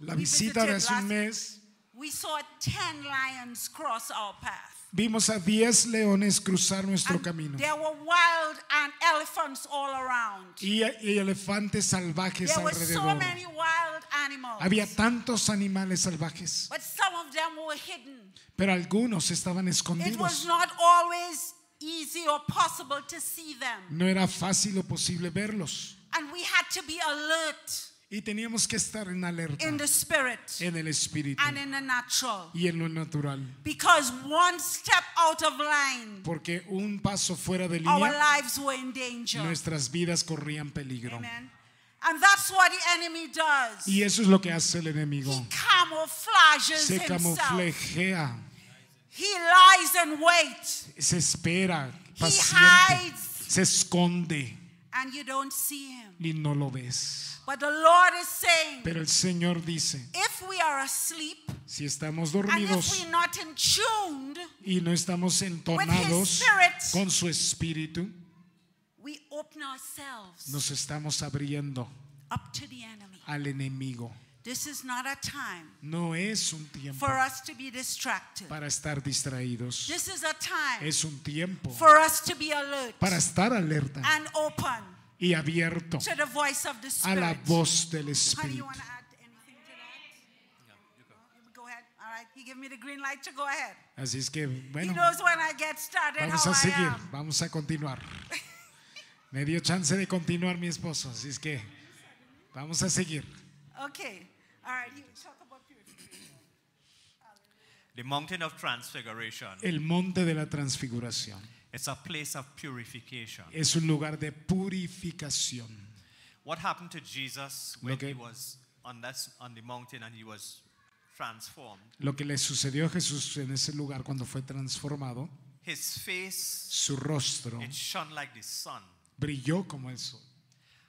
La visita de hace un mes,
we saw 10 lions cross our path.
vimos a 10 leones cruzar nuestro
And
camino
There were wild and elephants all around.
y, y elefantes salvajes
There were so
alrededor.
many wild animals.
Había tantos animales salvajes,
But some of them were hidden.
pero algunos estaban
It was
escondidos.
not always easy or possible to see them.
No era fácil o posible verlos.
And we had to be alert
Y teníamos que estar en alerta
in the spirit
en el espíritu
and in the natural.
y en lo natural.
Because one step out of line,
Porque un paso fuera de
our
línea,
lives were in danger.
nuestras vidas corrían peligro.
Amen. And that's what the enemy does.
Y eso es lo que hace el
He
enemigo.
camouflages
Se
himself.
camuflejea,
He lies in wait.
se espera,
hides.
paciente, se esconde
And you don't see him.
y no lo ves.
But the Lord is saying,
Pero el Señor dice,
if we are asleep
si estamos
and if
dormidos
we're not in tuned,
y no estamos entonados
spirit.
con su espíritu,
we open ourselves
nos estamos abriendo
up to the enemy.
al enemigo.
This is not a time
No es un tiempo
for us to be distracted.
para estar distraídos.
This is a time
Es un tiempo
for us to be alert
para estar alerta
and open
y abierto
to the voice of the
a la
Spirit.
voz del
Honey, you
Espíritu.
want to add anything to that? Go ahead. All right. He gave me the green light to go ahead.
Así es que,
He
bueno,
knows when I get started
vamos
how
a
I
seguir,
am.
vamos a continuar. Me dio chance de continuar mi esposo, así es que vamos a seguir.
Okay. All right. He will talk about purification.
The mountain of transfiguration.
El monte de la transfiguración
It's a place of purification.
es un lugar de purificación.
What happened to Jesus when
Okay.
he was on this on the mountain and he was transformed?
Lo que le sucedió a Jesús en ese lugar cuando fue transformado,
His face
su rostro
it shone like the sun,
brilló como el sol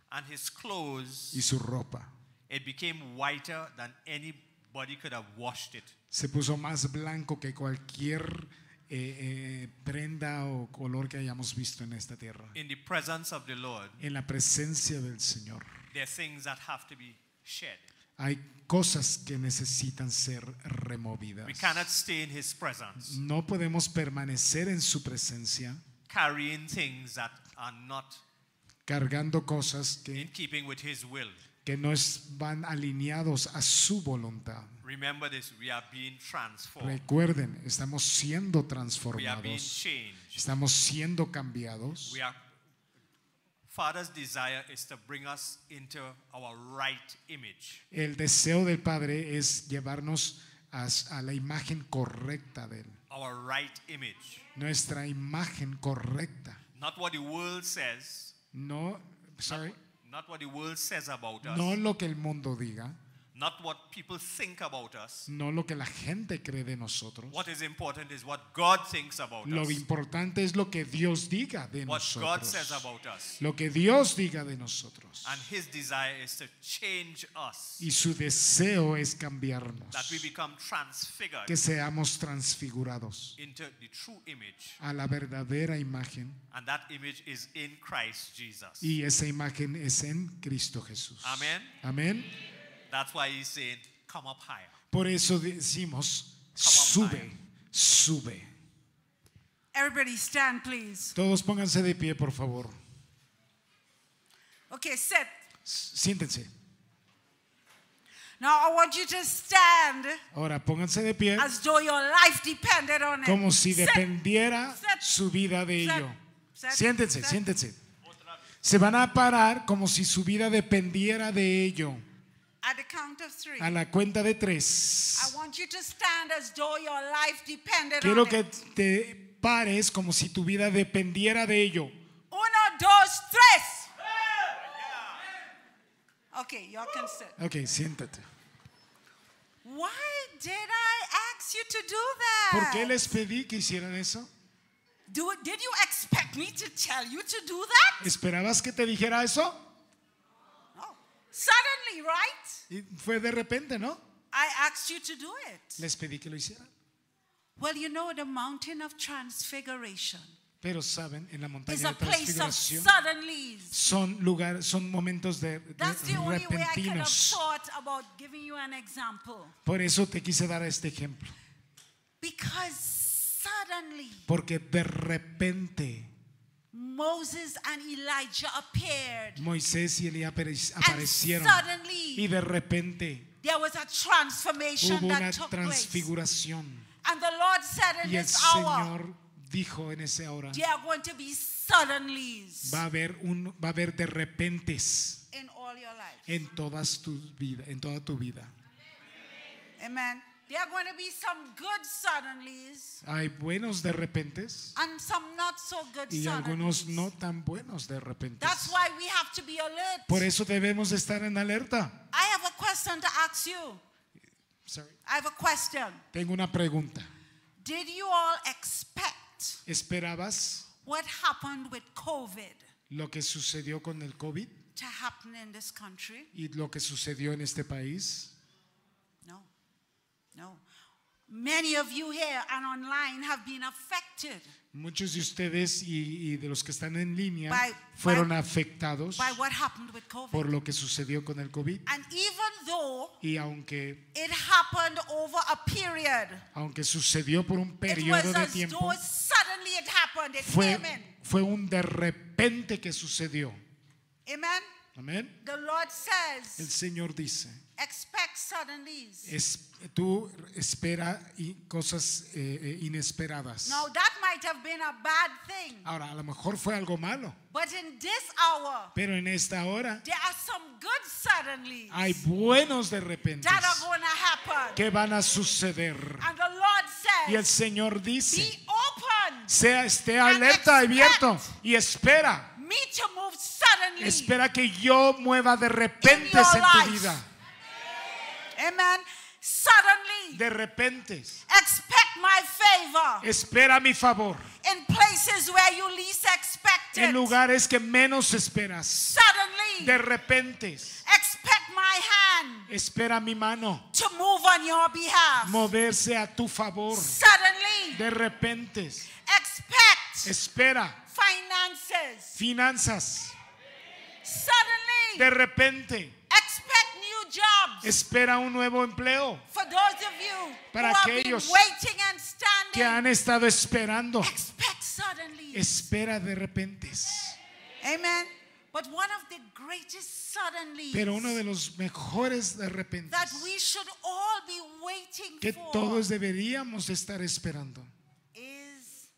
and his clothes
y su ropa
it became whiter than anybody could have washed it.
se puso más blanco que cualquier eh, eh, prenda o color que hayamos visto en esta tierra.
In the presence of the Lord,
En la presencia del Señor
there are things that have to be shed.
hay cosas que necesitan ser removidas.
We cannot stay in his presence
No podemos permanecer en su presencia
carrying things that are not
cargando cosas
in
que,
keeping with his will.
que no es- van alineados a su voluntad.
Remember this, we are being transformed.
Recuerden, estamos siendo
We are being
transformados,
changed.
estamos siendo cambiados.
We are Father's desire is to bring us into our right image.
El deseo del Padre es llevarnos a, a la imagen correcta de Él,
Our right image.
nuestra imagen correcta.
Not what the world says,
No, sorry,
not what the world says about us,
no lo que el mundo diga,
not what people think about us.
no lo que la gente cree de nosotros.
What is important is what God thinks about
Lo
us.
importante es lo que Dios diga de
What God
nosotros.
says about us.
Lo que Dios diga de nosotros.
And his desire is to change us.
Y su deseo es
That we
cambiarnos,
become transfigured
que seamos transfigurados
into the true image.
a la verdadera imagen.
And that image is in Christ Jesus.
Y esa imagen es en Cristo Jesús.
Amén.
Amén.
That's why he's saying, come up higher.
Por eso decimos,
Come on,
sube, sube.
Everybody stand, please.
Todos pónganse de pie, por favor.
Okay, sit.
S- Siéntense.
Now I want you to stand
Ahora, pónganse de pie
as though your life depended on it.
como si
Sit.
dependiera
Set.
su vida de
Set.
ello.
Set.
Siéntense,
Set.
siéntense. Se van a parar como si su vida dependiera de ello.
At the count of three.
A la cuenta de tres.
I want you to stand as though your life depended
Quiero
on
que
it.
te pares como si tu vida dependiera de ello.
Uno, dos, tres. Okay, y'all can sit.
Ok, siéntate.
Why did I ask you to do
¿Por
that?
qué les pedí que hicieran eso?
Do, did you expect me to tell you to do that?
¿Esperabas que te dijera eso?
No. Suddenly, right?
Y fue de repente, ¿no?
I asked you to do it.
Les pedí que lo hicieran.
Well, you know, the mountain of transfiguration
Pero saben, en la montaña
is
de
a place of
transfiguración
suddenlies.
son lugares, son momentos de, de
That's the only way I could have
repentinos.
thought about giving you an example.
Por eso te quise dar este ejemplo,
Because suddenly
porque de repente
Moses and Elijah appeared.
Moisés y Elías apare-
And
aparecieron y
suddenly
de repente
there was a transformation
hubo una
that took place.
transfiguración
And the Lord said in
y el
this hour,
Señor dijo en esa hora
there are going to be suddenlies
va a haber un va a haber de repentes
in all your life.
en todas tus vida, en toda tu vida.
Amen. There are going to be some good suddenlies
Hay buenos de repentes
and some not so good
y algunos
suddenlies.
no tan buenos de repente.
That's why we have to be alert.
Por eso debemos de estar en alerta.
I have a question to ask you.
Sorry.
I have a question.
Tengo una pregunta.
Did you all expect
¿Esperabas
what happened with COVID
lo que sucedió con el COVID
to happen in this country?
y lo que sucedió en este país?
No. No. Many of you here and online have been affected
Muchos de ustedes y, y de los que están en línea
By-
fueron
by-
afectados
by what happened with COVID.
por lo que sucedió con el COVID.
And even though
Y aunque,
it happened over a period,
aunque sucedió por un
it
periodo
was
de
as though
tiempo,
suddenly it happened. It
fue,
came in.
fue un de repente que sucedió.
Amen.
Amén.
The Lord
El
says,
Señor dice,
expect suddenlies.
es- tú espera y cosas eh, eh, inesperadas.
Now, that might have been a bad thing,
Ahora, a lo mejor fue algo malo,
but in this hour,
pero en esta hora
there are some good suddenlies
hay buenos de repente
that are going to happen.
que van a suceder.
And the Lord
Y el
says,
Señor
be
dice,
open,
sea, esté alerta,
expect.
abierto y espera.
me to move suddenly.
Espera que yo mueva de repente
your
en tu
life.
vida.
Amen. Suddenly,
De repentes.
expect my favor
Espera mi favor
in places where you least expect
en
it.
lugares que menos esperas.
Suddenly,
De repentes.
expect my hand
Espera mi mano
to move on your behalf.
moverse a tu favor.
Suddenly,
De repentes.
expect
Espera
finances.
finanzas. De
Suddenly,
repente.
expect new jobs.
Espera un nuevo empleo
For those of you
Para
who have been
aquellos
waiting and
que
standing,
han estado esperando.
expect suddenly.
Espera de repentes.
Amen. But one of the greatest suddenlies
Pero uno de los mejores de repente
that we should all be waiting
que
for
todos deberíamos estar esperando
is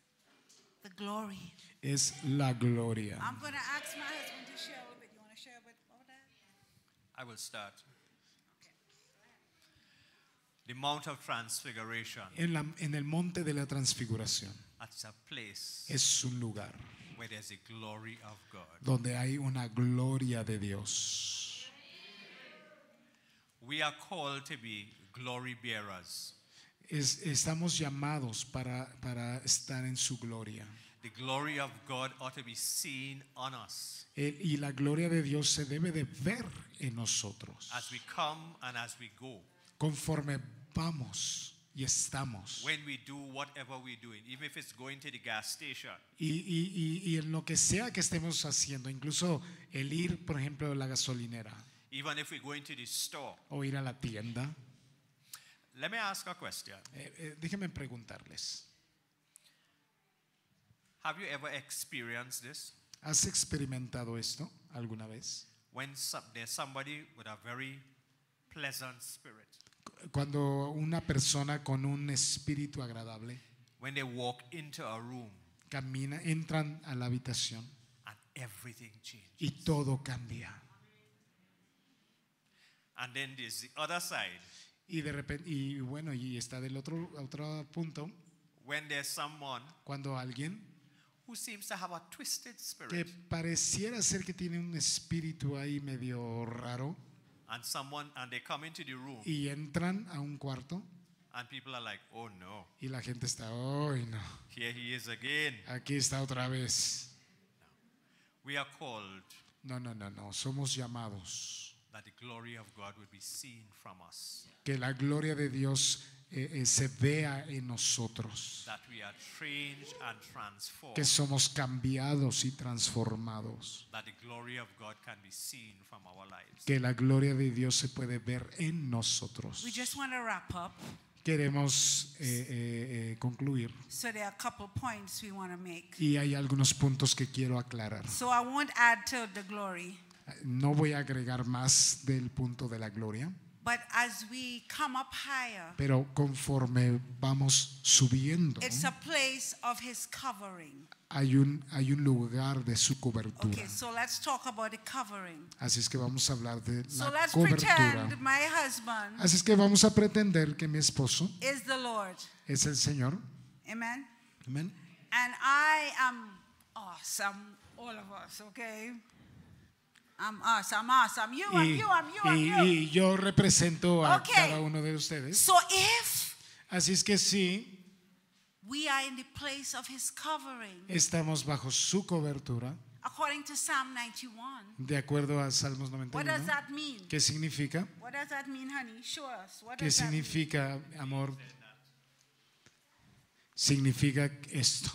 the glory.
es la gloria.
I'm going to ask my husband to share a little bit. You want to share a bit over that?
I will start. The Mount of Transfiguration.
En, la- en el monte de la transfiguración
That's a place
es un lugar
where there's a glory of God.
donde hay una gloria de Dios.
We are called to be glory bearers.
Es- estamos llamados para, para estar en su gloria.
The glory of God ought to be seen on us
El- y la gloria de Dios se debe de ver en nosotros
as we come and as we go.
conforme vamos y estamos.
When we do whatever we're doing, even if it's going to the gas station,
Y, y- y- y en lo que sea que estemos haciendo, incluso el ir, por ejemplo, a la gasolinera
even if we're going to the store.
o ir a la tienda,
Let me ask a question.
eh, eh, déjenme preguntarles,
Have you ever experienced this?
¿has experimentado esto alguna vez?
When some, there's somebody with a very pleasant spirit,
Cu- Cuando una persona con un espíritu agradable
when they walk into a room
camina, entran a la habitación
and everything changes.
y todo cambia.
And then there's the other side,
Y de repente, y bueno, y está del otro, otro punto,
when there's someone
cuando alguien
who seems to have a twisted
que
spirit
pareciera ser que tiene un espíritu ahí medio raro,
and someone and they come into the room
y entran a un cuarto
and people are like, "Oh no,
y la gente está, ¡ay no!
here he is again."
Aquí está otra vez.
We are called
No, no, no, no. Somos llamados.
that the glory of God would be seen from us,
Que la gloria de Dios eh, eh, se vea en nosotros.
that we are changed and transformed,
Que somos cambiados y transformados.
that the glory of God can be seen from our lives.
Que la gloria de Dios se puede ver en nosotros.
We just want to wrap up.
Queremos eh, eh, eh, concluir
So there are a couple points we want to make.
y hay algunos puntos que quiero aclarar.
So I won't add to the glory,
No voy a agregar más del punto de la gloria.
but as we come up higher,
Pero conforme vamos subiendo,
it's a place of His covering.
hay un, hay un lugar de su cobertura.
Okay, so let's talk about the covering.
Así es que vamos a hablar de
So
la
let's pretend
cobertura.
my husband
Así es que vamos a pretender que mi esposo
is the Lord.
es el Señor.
Amen.
Amén.
And I am us. I'm all of us, okay? I'm us. I'm us. I'm you. I'm
Y,
you. I'm you. I'm
y-
you.
y yo represento a
Okay.
cada uno de ustedes.
So if
Así es que sí,
we are in the place of his covering,
estamos bajo su cobertura,
according to Psalm 91,
de acuerdo a Salmos
what
91.
does that mean?
¿Qué significa?
What does that mean, honey? Show us. What
¿Qué
does that mean?
significa, amor? Significa esto,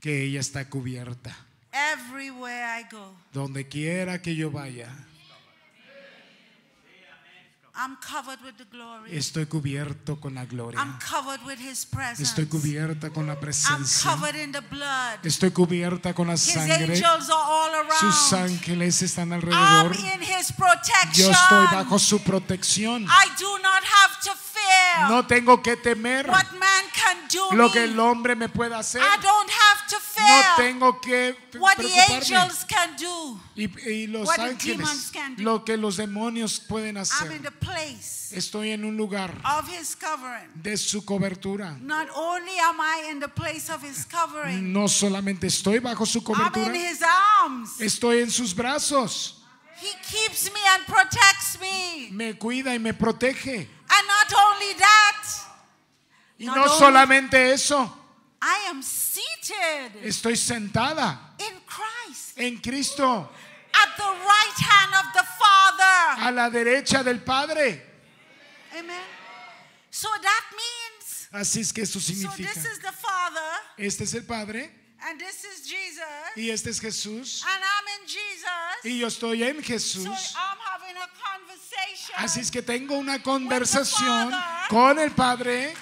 que ella está cubierta.
Everywhere I go,
Donde quiera que yo vaya,
I'm covered with the glory.
Estoy cubierto con la
I'm
gloria.
covered with his presence.
Estoy cubierta con la
I'm
presencia.
covered in the blood.
Estoy cubierta con la
His
sangre.
angels are all
Sus
around.
ángeles están
I'm
alrededor.
in his
Yo estoy
protection.
bajo su protección.
I do not have to fear
No tengo que temer
what man can do
lo que el
me.
hombre me pueda hacer.
I don't have to
No
fear
tengo que
what the
preocuparme.
angels can do.
Y, y los
what the demons
ángeles,
can do.
lo que los demonios pueden
I'm in
hacer.
the place
Estoy en un lugar
of his covering.
de su cobertura.
Not only am I in the place of his covering,
No solamente estoy bajo su
I'm in
cobertura,
his arms.
estoy en sus brazos.
He keeps me and protects me.
Me cuida y me protege.
And not only that,
Y
No,
no
no.
solamente eso,
I am seated
estoy sentada
in Christ
en Cristo
at the right hand of the Father.
a la derecha del Padre.
Amen. So that means,
Así es que eso
so
significa.
this is the Father,
Este es el Padre
and this is Jesus, and
y este es Jesús
I'm in Jesus.
y yo estoy en
So
Jesús.
I'm having a conversation.
Así es que tengo una conversación
Father.
con el Padre.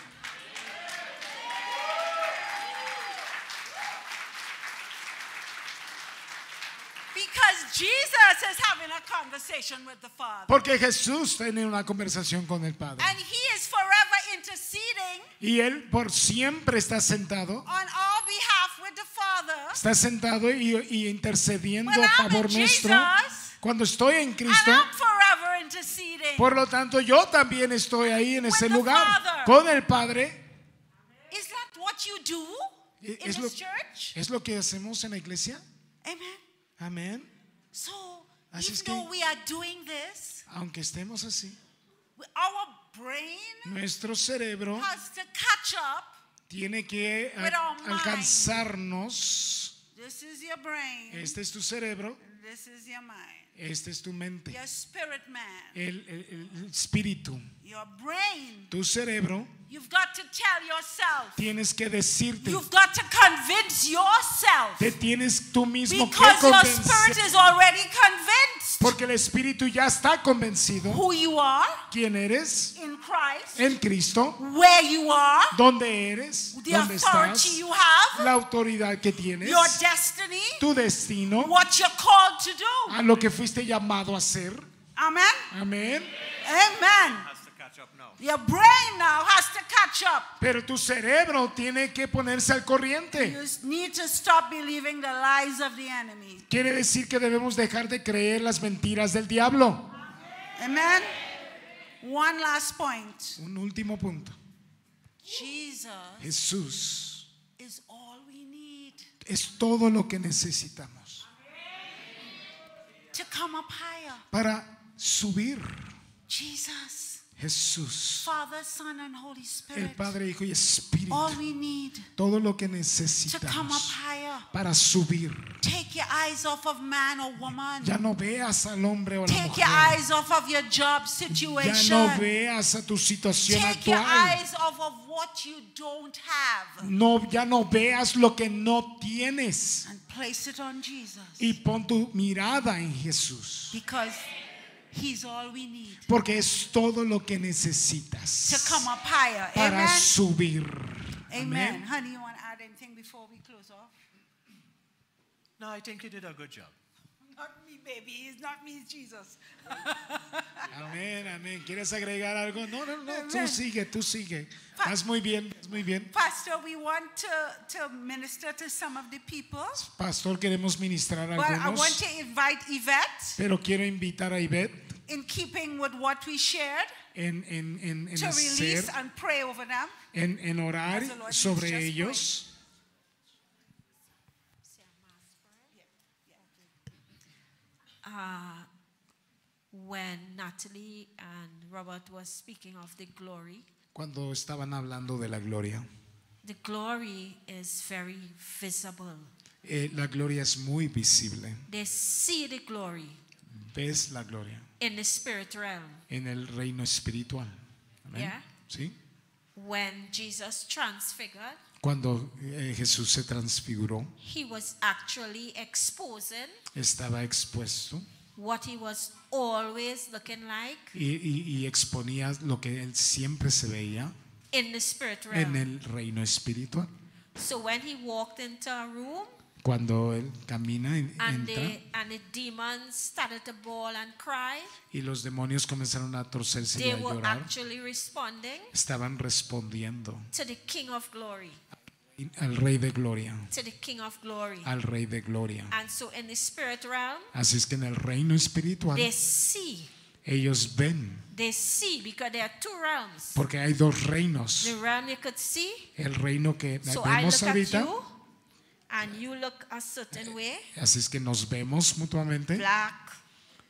Because Jesus is having a conversation with the Father.
Porque Jesús tiene una conversación con el Padre.
And he is forever interceding
Y Él por siempre está sentado.
on our behalf with the Father.
Está sentado y, y intercediendo
When
a
I'm
favor
in
nuestro.
Jesus,
Cuando estoy en
And
Cristo,
I'm forever interceding.
por lo tanto yo también estoy ahí en ese
the
lugar
Father.
con el Padre.
Is that what you do
E-
in
es lo-
this church?
¿Es lo que hacemos en la iglesia?
Amen.
Amén.
So,
Así es
even
que-
though we are doing this,
Aunque estemos así,
we- our brain
nuestro cerebro
has to catch up.
tiene que a-
With our mind.
alcanzarnos.
This is your brain.
Este es tu cerebro,
This is your mind.
este es tu mente,
Your spirit man.
el, el- el espíritu.
Your brain.
Tu cerebro,
You've got to tell yourself.
tienes que decirte,
You've got to convince yourself.
te tienes tú mismo que
Because your spirit
convencer.
is already convinced
Porque el espíritu ya está convencido
who you are
quién eres
in Christ,
en Cristo,
where you are,
dónde eres,
the
dónde
authority
estás,
you have,
la autoridad que tienes,
your destiny,
tu destino,
what you're called to do.
a lo que fuiste llamado a ser.
Amen.
Amén.
Amen.
Has to catch up now.
Your brain now has to catch up.
Pero tu cerebro tiene que ponerse al
You
corriente.
s- need to stop believing the lies of the enemy.
Quiere decir que debemos dejar de creer las mentiras del diablo.
Amen. One last point.
Un último punto.
Jesus
Jesús
is all we need
es todo lo que necesitamos
to come up higher.
para subir.
Jesus.
Jesús,
Father, Son, and Holy Spirit.
el Padre, Hijo y Espíritu.
All we need
Todo lo que
Oh, to come up
necesitamos
higher.
para subir.
Take your eyes off of man or woman.
Ya no veas al hombre o la
Take
mujer.
your eyes off of your job
Ya
situation.
no veas a tu situación
Take your
actual.
eyes off of what you don't have
No, ya no veas lo que no tienes.
and place it on Jesus
y pon tu mirada en Jesús,
because He's all we need
porque es todo lo que
to
necesitas
come up higher.
para
Amen.
subir.
Amen. Honey, you want to add anything before we close off?
No, I think you did a good job.
Not me, baby. It's not me, it's Jesus.
Amén, amén. ¿Quieres agregar algo? No, no, no, tú
Amén.
sigue, tú sigue.
Pa-
Vas muy bien, vas muy bien.
Pastor, we want to, to minister to some of the people.
Pastor, queremos ministrar a
But I want
algunos,
to invite Yvette,
pero quiero invitar a Ivette
in keeping with what we shared,
en, en, en, en
to
hacer,
release and pray over them.
en, en orar
As the Lord
sobre
teaches us,
ellos.
uh, when Natalie and Robert were speaking of the glory,
Cuando estaban hablando de la gloria,
the glory is very visible.
Eh, la gloria es muy visible.
They see the glory
Ves la gloria.
in the spirit realm.
en el reino espiritual. Amén.
Yeah.
¿Sí?
When Jesus transfigured,
Cuando eh, Jesús se transfiguró,
he was actually exposing
estaba expuesto
what he was always looking like
y, y- y exponía lo que él siempre se veía
in the spirit
en
realm.
el reino espiritual.
so when he walked into a room
Cuando él camina, en-
and
entra
the, and the demons started to bawl and cry,
y los demonios comenzaron a torcerse y
they
a
were
llorar,
actually responding
estaban respondiendo
to the King of Glory,
al Rey de Gloria,
to the King of Glory.
al Rey de Gloria.
and so in the spirit realm,
Así es que en el reino espiritual
they see,
ellos ven,
they see because there are two realms.
porque hay dos reinos.
The realm you could see,
El reino que
so I
vemos
look at
ahorita,
you, and you look a certain way,
así es que nos vemos mutuamente,
black,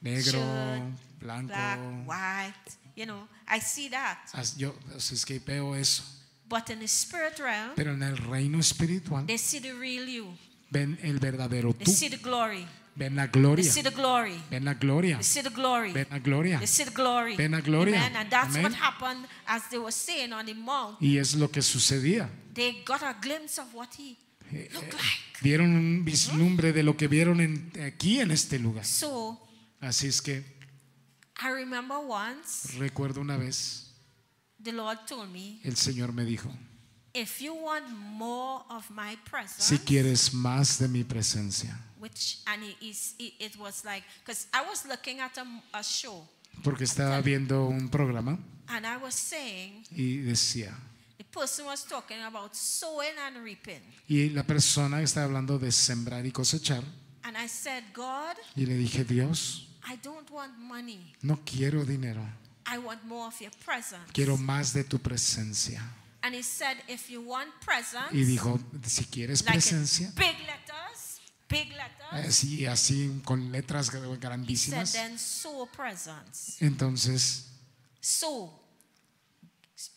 negro,
shirt,
blanco.
black, white. You know, I see that.
As- yo- así es que veo eso.
But in the spirit realm,
Pero en el reino espiritual
they see the real you.
ven el verdadero
They
tú,
see the glory.
ven la
They
gloria,
see the glory.
ven la gloria,
They see the glory.
ven la gloria.
They see the glory.
Ven la gloria.
Amen. And that's
Amén.
what happened as they were saying on the mount.
Y es lo que sucedía.
They got a glimpse of what he looked like.
Vieron un vislumbre de lo que vieron en- aquí en este lugar.
So
Así es que
I remember once
recuerdo una vez,
the Lord told me,
el Señor me dijo,
if you want more of my presence,
si quieres más de mi presencia,
which and it is it, it was like because I was looking at a, a show
porque estaba viendo un programa
and I was saying
y decía,
the person was talking about sowing and reaping,
y la persona que estaba hablando de sembrar y cosechar,
and I said, God,
y le dije, Dios,
I don't want money.
no quiero dinero,
I want more of your presence.
quiero más de tu presencia.
And he said, if you want presence,
Y dijo, si quieres
like in
presencia, Eh,
big letters, big letters,
así, así con letras
he said,
grandísimas,
then sow presence.
entonces
Sow.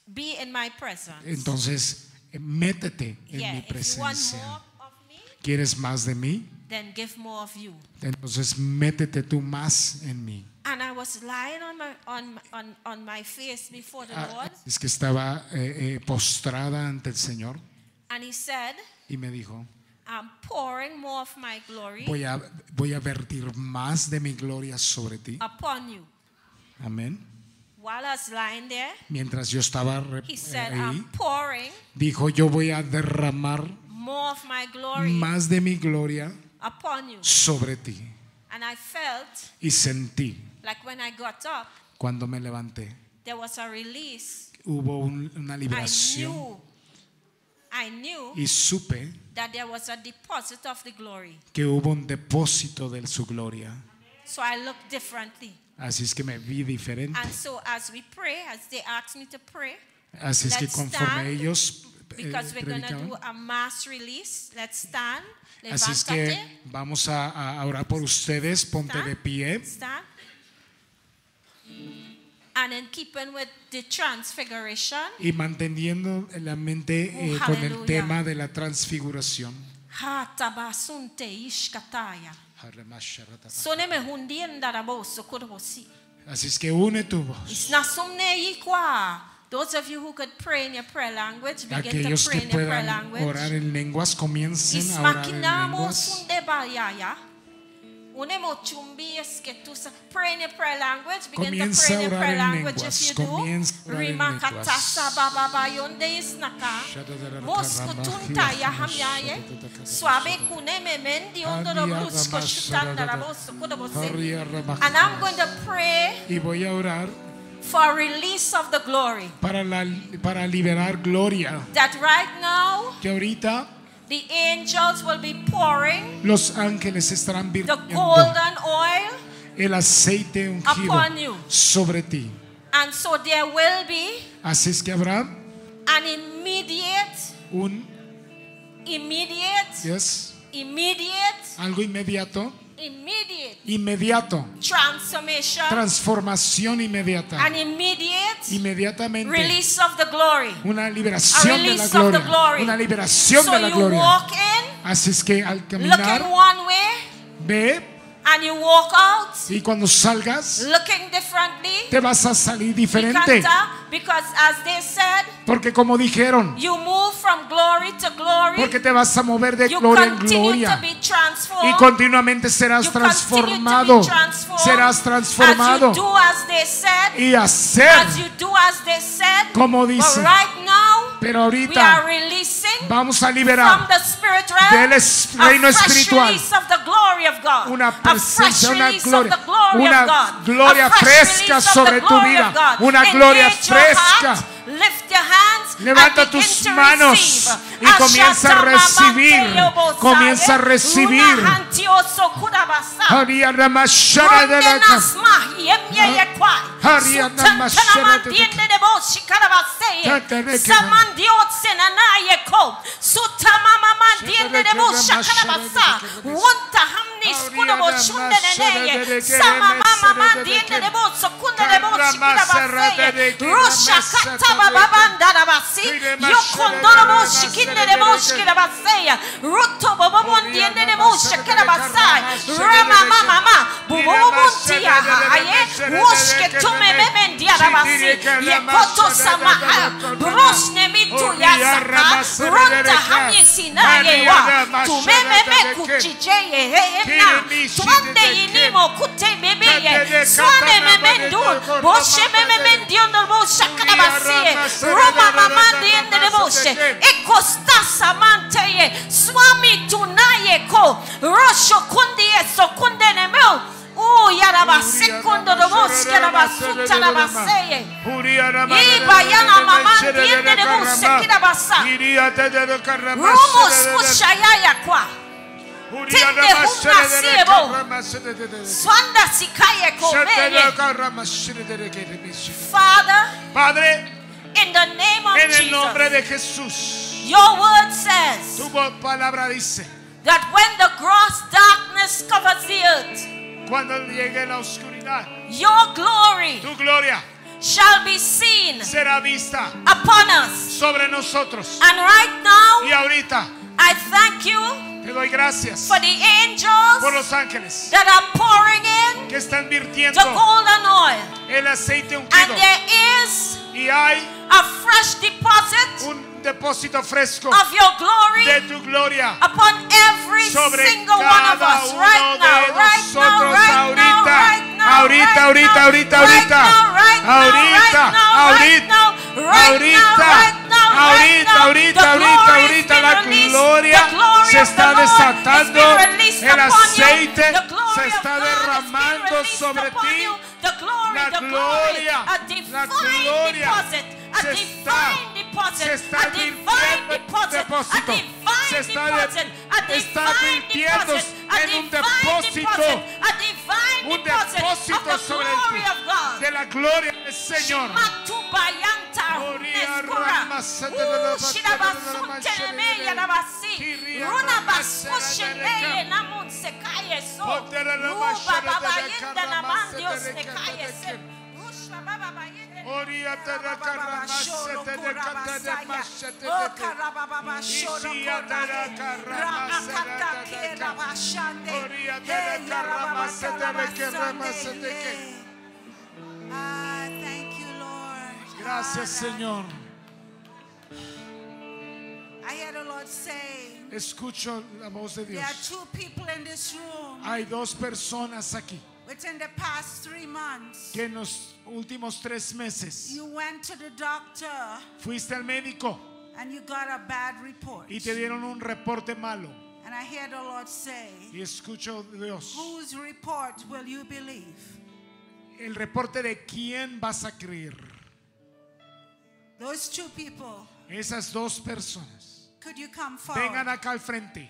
Be in my presence.
Entonces, eh, métete en
yeah,
mi
if you want more
presencia.
of me,
¿Quieres más de mí?
then give more of you.
Entonces, métete tú más en mí.
And I was lying on my on on, on my face before the
Ah,
Lord,
es que estaba eh, eh, postrada ante el Señor
and He said,
y me dijo,
"I'm pouring more of my glory
voy a, voy a vertir más de mi gloria sobre ti.
upon you."
Amén.
While I was lying there,
Mientras yo estaba re-
He
eh,
said, "Ah."
ahí,
"I'm pouring
dijo, yo voy a derramar
more of my glory
más de mi gloria
upon you."
sobre ti.
And I felt
Y sentí
like when I got up,
cuando me levanté,
there was a release.
hubo un- una
I
liberación
knew, I knew
y supe
that there was a deposit of the glory,
que hubo un depósito de su gloria.
so I looked differently.
Así es que me vi diferente.
And so as we pray, as they asked me to pray.
Así es que
Let's
conforme
stand,
ellos eh,
Because we're going to
predicaban,
do a mass release. Let's stand.
así es
Levántate.
que vamos a, a- a orar por ustedes, ponte
Stand.
de pie.
Stand. And in keeping with the transfiguration,
Y manteniendo la mente
Oh,
eh, con el
aleluya.
tema de la transfiguración.
ha tabasunte ishkataya. Sone me hundienda raboso kurbosi.
Así es que une tu voz.
Isnasumne ikwa. Those of you who could pray in your prayer language, begin to
Aquellos
pray
que
in your prayer
puedan orar
language.
en lenguas comiencen a orar en
Ismakinamo
lenguas.
sunde bayaya. Unemo chumbi esketusa. Pray in your prayer language. Begin
Comienza
to pray in
a
your
orar
prayer
en
language
lenguas.
if you
Comienza a
do.
orar en
Rima
lenguas.
katasa baba bayonde isnaka.
Shadadadadada
Mosku
karamba,
tunta ya
hiya, hiya,
hamyaye.
shadadadada,
Swabe
shadadada.
kuneme mendi
Haria
ondoro brusko
rama,
shutanda
shadadada.
rabosu kudobose.
Haria rama.
And I'm going to pray
Y voy a orar
for release of the glory.
para, la, para liberar gloria.
That right now
Que ahorita
the angels will be pouring
los ángeles estarán
the
virtiendo
golden oil.
el aceite
Upon you.
ungido sobre ti.
And so there will be
Así es que habrá
an immediate,
un,
immediate,
yes,
immediate,
algo inmediato,
immediate
inmediato,
transformation,
transformación inmediata,
an immediate
inmediatamente
release of the glory.
una
A
liberación de la
release of the
gloria,
glory.
una liberación
so
de la
you
gloria.
walk in,
Así es que al
looking
caminar,
one way,
ve
and you walk out
Y cuando salgas,
looking differently,
te vas a salir diferente.
because, uh, because as they said,
Porque como dijeron,
you move from glory to
porque
glory,
te vas a mover de
you
gloria en
continue to
gloria.
be
Y
transformed.
continuamente serás
You continue
transformado.
to be transformed.
Serás
As you
transformado.
do as they said,
Y hacer,
as you do as they said.
como
But
dice.
right now,
Pero
we are
ahorita
releasing
vamos a
from
liberar
the spirit realm
del es- reino
a fresh
espiritual.
release of the glory of God.
una
a fresh
presencia, una
release of
gloria,
the glory
una
of God.
gloria
a fresh
fresca
release of
sobre
the
tu
glory
vida,
of God.
una gloria
Engage your
fresca.
heart, lift your hands and
Levanta
begin
tus
to
manos
receive.
y comienza a recibir,
Ashatamamanteyobosai,
comienza a recibir.
Runahantiosokurabasai.
Hariaramasharadalaka.
Rama mama bububuntia aye woshke tume memendia rabasi yekoto samaha broshne mitu ya saka ronta hamye sinaye wa tume meme kuchijeye heemna tuande inimo kute mebeye swane memendu boshe memendio ndobo shakana basie roma mama ndiende boshe ekosta samanteye swami tunaye ko rosho kundi yeso kunde nemeo u yarabase kundo doboske yarabasuta yarabaseye Iba yana mama ndiende nebuse kirabasa. Romo skusha yaya kwa tende humnasiebo. swanda sikaye ko meye Father
Padre,
in the name of
en el
Oh,
nombre
Jesus
de Jesús,
your word says
tu palabra dice,
that when the gross darkness covers the earth,
cuando llegue la oscuridad,
your glory
tu gloria
shall be seen
será vista
upon us.
sobre nosotros.
And right
Y
now,
ahorita
I thank you
te doy gracias
for the
por
angels
los ángeles
that are pouring in
que están
the
virtiendo
golden oil,
el aceite
and
ungido
there is
y hay
a fresh deposit
un depósito fresco
of your
de
glory
tu gloria
upon every
sobre
single one of
cada
us
uno
right now,
de
right now,
nosotros
right now,
ahorita.
right now,
Ahorita,
right
ahorita,
now,
ahorita,
right
ahorita.
now, right now,
Ahorita,
right now,
ahorita,
right now,
ahorita,
right now, right
ahorita,
now, right
ahorita,
now. The glory has been
ahorita, ahorita la
released.
gloria
The glory
se
of the
está
Lord has been
desatando.
released
El
upon you.
aceite
The glory
se
of
está
God has been
derramando
released
sobre
upon
ti.
you. The glory,
La
the glory,
gloria,
a
la
divine
gloria
deposit, a
se está-
divine deposit,
se está
a divine
virtiendo en
deposit, a
depósito.
divine
Se está de-
deposit, a
está
divine
virtiendo
deposit, a
en un
divine
depósito,
deposit, a divine
Un
deposit of
depósito
the
sobre
glory of God.
ti de la gloria del Señor.
Matubayanta Neskura. Ooh, Shirabasuteneme Yarabasi. Runa Baskushineye Namun Sekaye So. Ruba Baba Yenda Namandios Nekaye Se. Rushma Baba Bayende
Ah, thank you, Lord.
Gracias, Señor.
I hear the Lord say,
Escucho la voz de
There are
Dios.
two people in this room
Hay dos personas aquí
within the past three months.
que en los últimos tres meses
You went to the doctor
fuiste al médico
and you got a bad report.
y te dieron un reporte malo.
And I hear the Lord say,
Y escucho Dios.
Whose report will you believe?
El reporte de quién vas a creer.
Those two people,
Esas dos personas.
could you come
Vengan
forward?
acá al frente.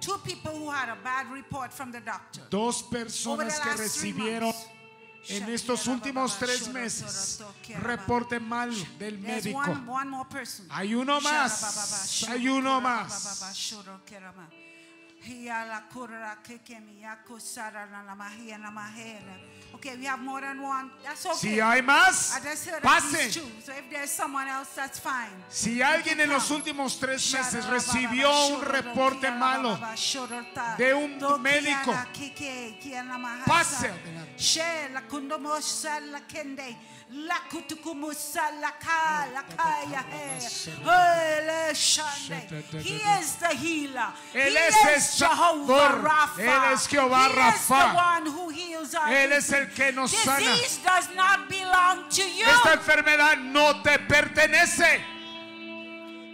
Two people who had a bad report from the doctor.
Dos
Over the
personas que
last three
recibieron
months.
en estos últimos tres meses reporte malo del
There's
médico.
one, one more person.
Hay uno más. Hay uno más.
Hia la kura keke mi ya kusara na la mahia na mahele. Okay, we have more than one. That's okay.
Si hay más,
I just heard at
pasen.
least two. So if there's someone else, that's fine.
Si alguien en los últimos tres meses recibió un reporte malo, de un médico, pase adelante.
He is the healer.
Él
He
es el
is Jehová
sanador.
Rafa.
Él es Jehová
He is the
Rafa.
one who heals our
Él es el que nos
disease.
sana.
Disease does not belong to you.
Esta enfermedad no te pertenece.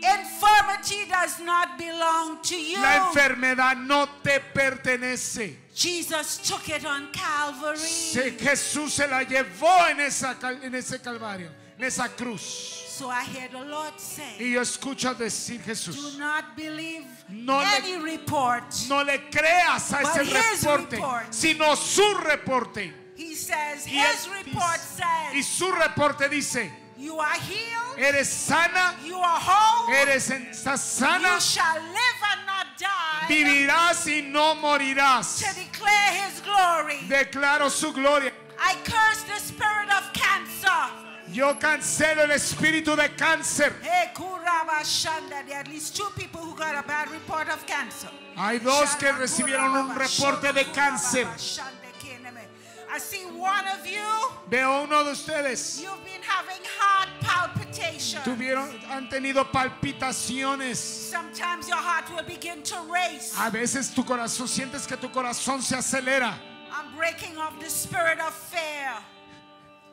Infirmity does not belong to you.
La enfermedad no te pertenece.
Jesus took it on Calvary.
Se- Jesús se la llevó en, esa cal- en ese calvario, en esa cruz.
So I hear the Lord say,
Y yo escucho decir
do
Jesús,
not believe
No le-
any report.
no le creas a
But
ese
his
reporte,
report.
sino su reporte.
He says,
Y, él
his report
dice- y
says,
su reporte dice,
you are healed,
eres sana,
you are whole,
eres en- estás sana,
you shall live and not die
vivirás y no morirás.
to declare his glory.
Declaro su gloria.
I curse the spirit of cancer.
Yo cancelo el espíritu de cáncer.
Hey, Kuraba Shanda, there are at least two people who got a bad report of cancer.
Hay dos que
Shanda,
recibieron
Kuraba,
un reporte de
Shanda,
cáncer.
Kuraba, Shanda, Keneme. I see one of you,
Veo uno de ustedes.
you've been having heart palpitations.
Tuvieron, han tenido palpitaciones.
Sometimes your heart will begin to race.
A veces tu corazón, sientes que tu corazón se acelera.
I'm breaking off the spirit of fear.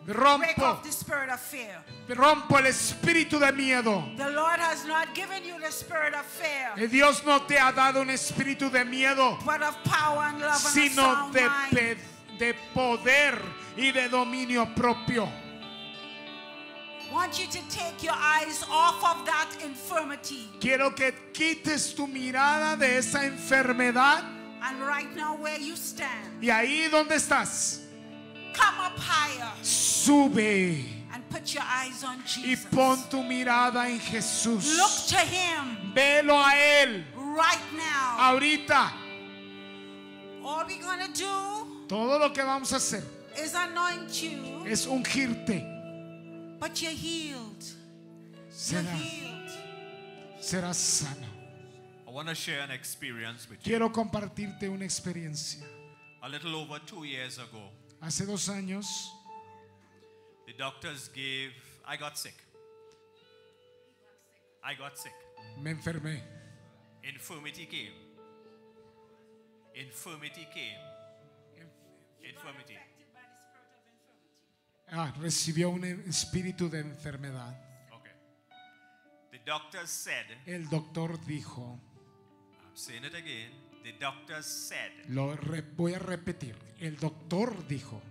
Break
Rompo,
off the spirit of fear.
rompo el espíritu de miedo.
The Lord has not given you the spirit of fear,
Eh, Dios no te ha dado un espíritu de miedo,
but of power and love and a
sino
sound
de,
mind.
pe- de poder y de dominio propio.
want you to take your eyes off of that infirmity.
Quiero que quites tu mirada de esa enfermedad
And right now, where you stand,
y ahí donde estás,
come up higher
sube
and put your eyes on
y
Jesus.
pon tu mirada en Jesús.
Look to him
Velo a Él
right now.
ahorita.
All we're going to do
Todo lo que vamos a hacer
is anoint you,
es ungirte.
but you're healed. You're
Será,
healed.
será sano.
I want to share an experience with you.
Quiero compartirte una experiencia.
A little over two years ago,
Hace dos años
the doctors gave, I got sick. I got sick.
me enfermé.
Infirmity came. Infirmity came. Infirmity.
Ah, recibió un espíritu de enfermedad.
Okay. The doctors said,
El doctor dijo,
I'm saying it again. The doctors said,
lo re- voy a repetir. El doctor dijo,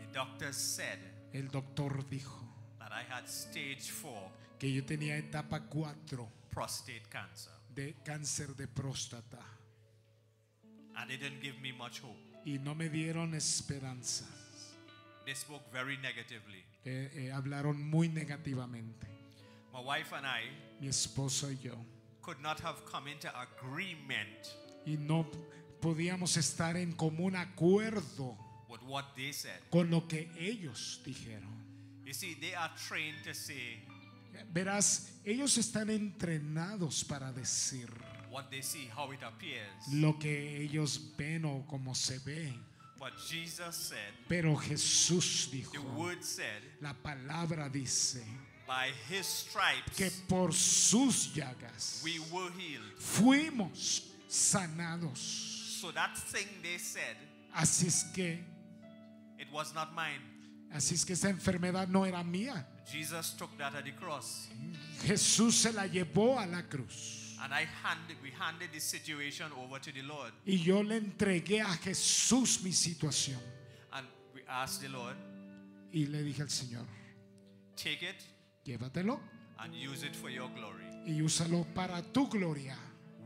the doctors said
el doctor dijo
that I had stage four
que yo tenía etapa 4
prostate cancer.
de cáncer de próstata
And they didn't give me much hope.
y no me dieron esperanza.
They spoke very negatively.
Eh, eh, hablaron muy negativamente.
My wife and I
Mi esposo y yo.
could not have come into agreement
Y no podíamos estar en común acuerdo
with what they said.
con lo que ellos dijeron.
You see, they are trained to say
Verás, ellos están entrenados para decir
what they see, how it appears.
lo que ellos ven o como se ve.
But Jesus said,
Pero Jesús
the
dijo,
word said,
la palabra dice
by his stripes
que por sus llagas
we were healed.
fuimos sanados.
So that thing they said,
Así es que,
it was not mine.
así es que esa enfermedad no era mía.
Jesus took that at the cross.
Jesús se la llevó a la cruz
And I handed we handed the situation over to the Lord.
y yo le entregué a Jesús mi situación
And we asked the Lord,
y le dije al Señor,
take it
llévatelo
and use it for your glory.
y úsalo para tu gloria.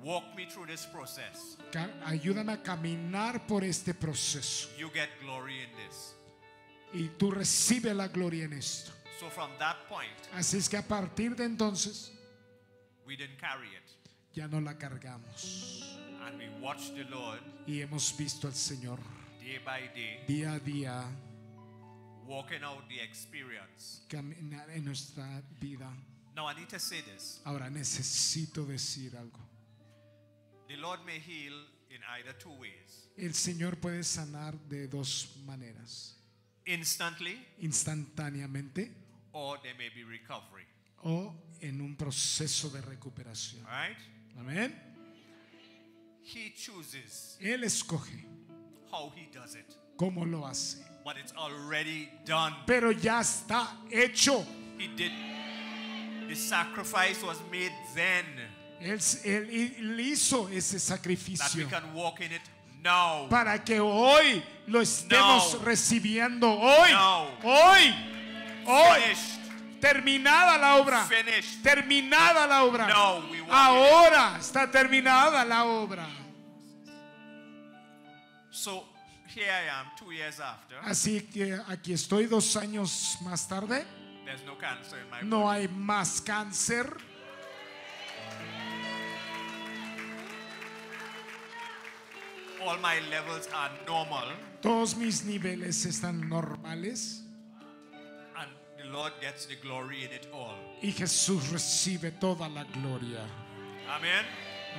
Walk me through this process.
Ca- Ayúdame a caminar por este proceso
You get glory in this.
y tú recibes la gloria en esto.
So from that point,
Así es que a partir de entonces
we didn't carry it.
ya no la cargamos.
And and we watch the Lord
y hemos visto al Señor
day by day
día a día
walking out the experience.
caminar en nuestra vida.
Now, I need to say this
Ahora necesito decir algo.
the Lord may heal in either two ways
El Señor puede sanar de dos maneras,
instantly,
instantáneamente
or there may be recovery.
o en un proceso de recuperación.
All right?
Amén.
He chooses
Él escoge
how He does it,
cómo lo hace,
but it's already done.
pero ya está hecho.
He did. The sacrifice was made then
Él, él- él hizo ese
that we
sacrificio
can walk in it now.
para que hoy lo estemos
No.
recibiendo. Hoy,
No.
hoy, hoy.
Finished.
Terminada la obra.
Finished.
Terminada la obra.
No, we want
Ahora está terminada la obra.
So here I am, two years after.
Así que aquí estoy dos años más tarde.
There's no cancer in my
No
body.
hay más cáncer.
All my levels are normal,
Todos mis niveles están normales.
and the Lord gets the glory in it all.
Y Jesús recibe toda la gloria.
Amen.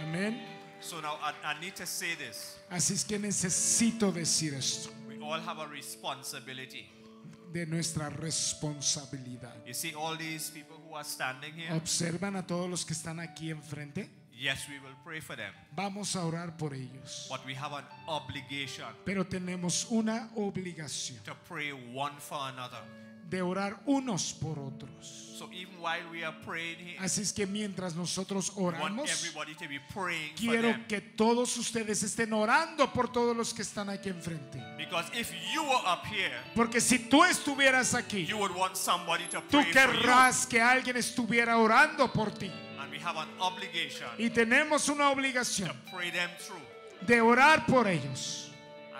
Amén.
So now I, I need to say this.
Así es que necesito decir esto
We all have a responsibility.
de nuestra responsabilidad.
You see, all these people who are standing here,
Observan a todos los que están aquí enfrente.
yes, we will pray for them,
Vamos a orar por ellos.
but we have an obligation
Pero tenemos una obligación
to pray one for another.
de orar unos por otros.
So even while we are praying here,
Así es que mientras nosotros
I want
oramos,
everybody to be praying for them.
quiero que todos ustedes estén orando por todos los que están aquí enfrente.
Because if you were up here,
Porque si tú estuvieras aquí,
you would want somebody to
tú
pray for you.
querrás que alguien estuviera orando por ti.
And we have an obligation
Y tenemos una
to
obligación
pray them through
de orar por ellos.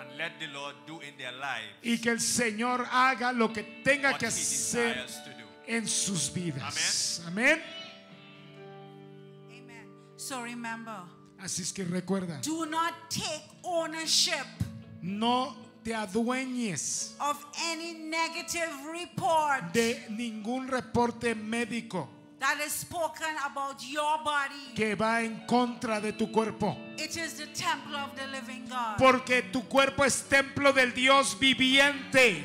and let the Lord do in their lives
Y que el Señor haga lo que tenga
what He
que hacer
desires to do.
en sus vidas. Amén.
Amen. So remember,
Así es que recuerda,
do not take ownership
no te adueñes
of any negative report
de ningún reporte médico
that is spoken about your body.
que va en contra de tu cuerpo.
It is the temple of the living God.
Porque tu cuerpo es templo del Dios viviente.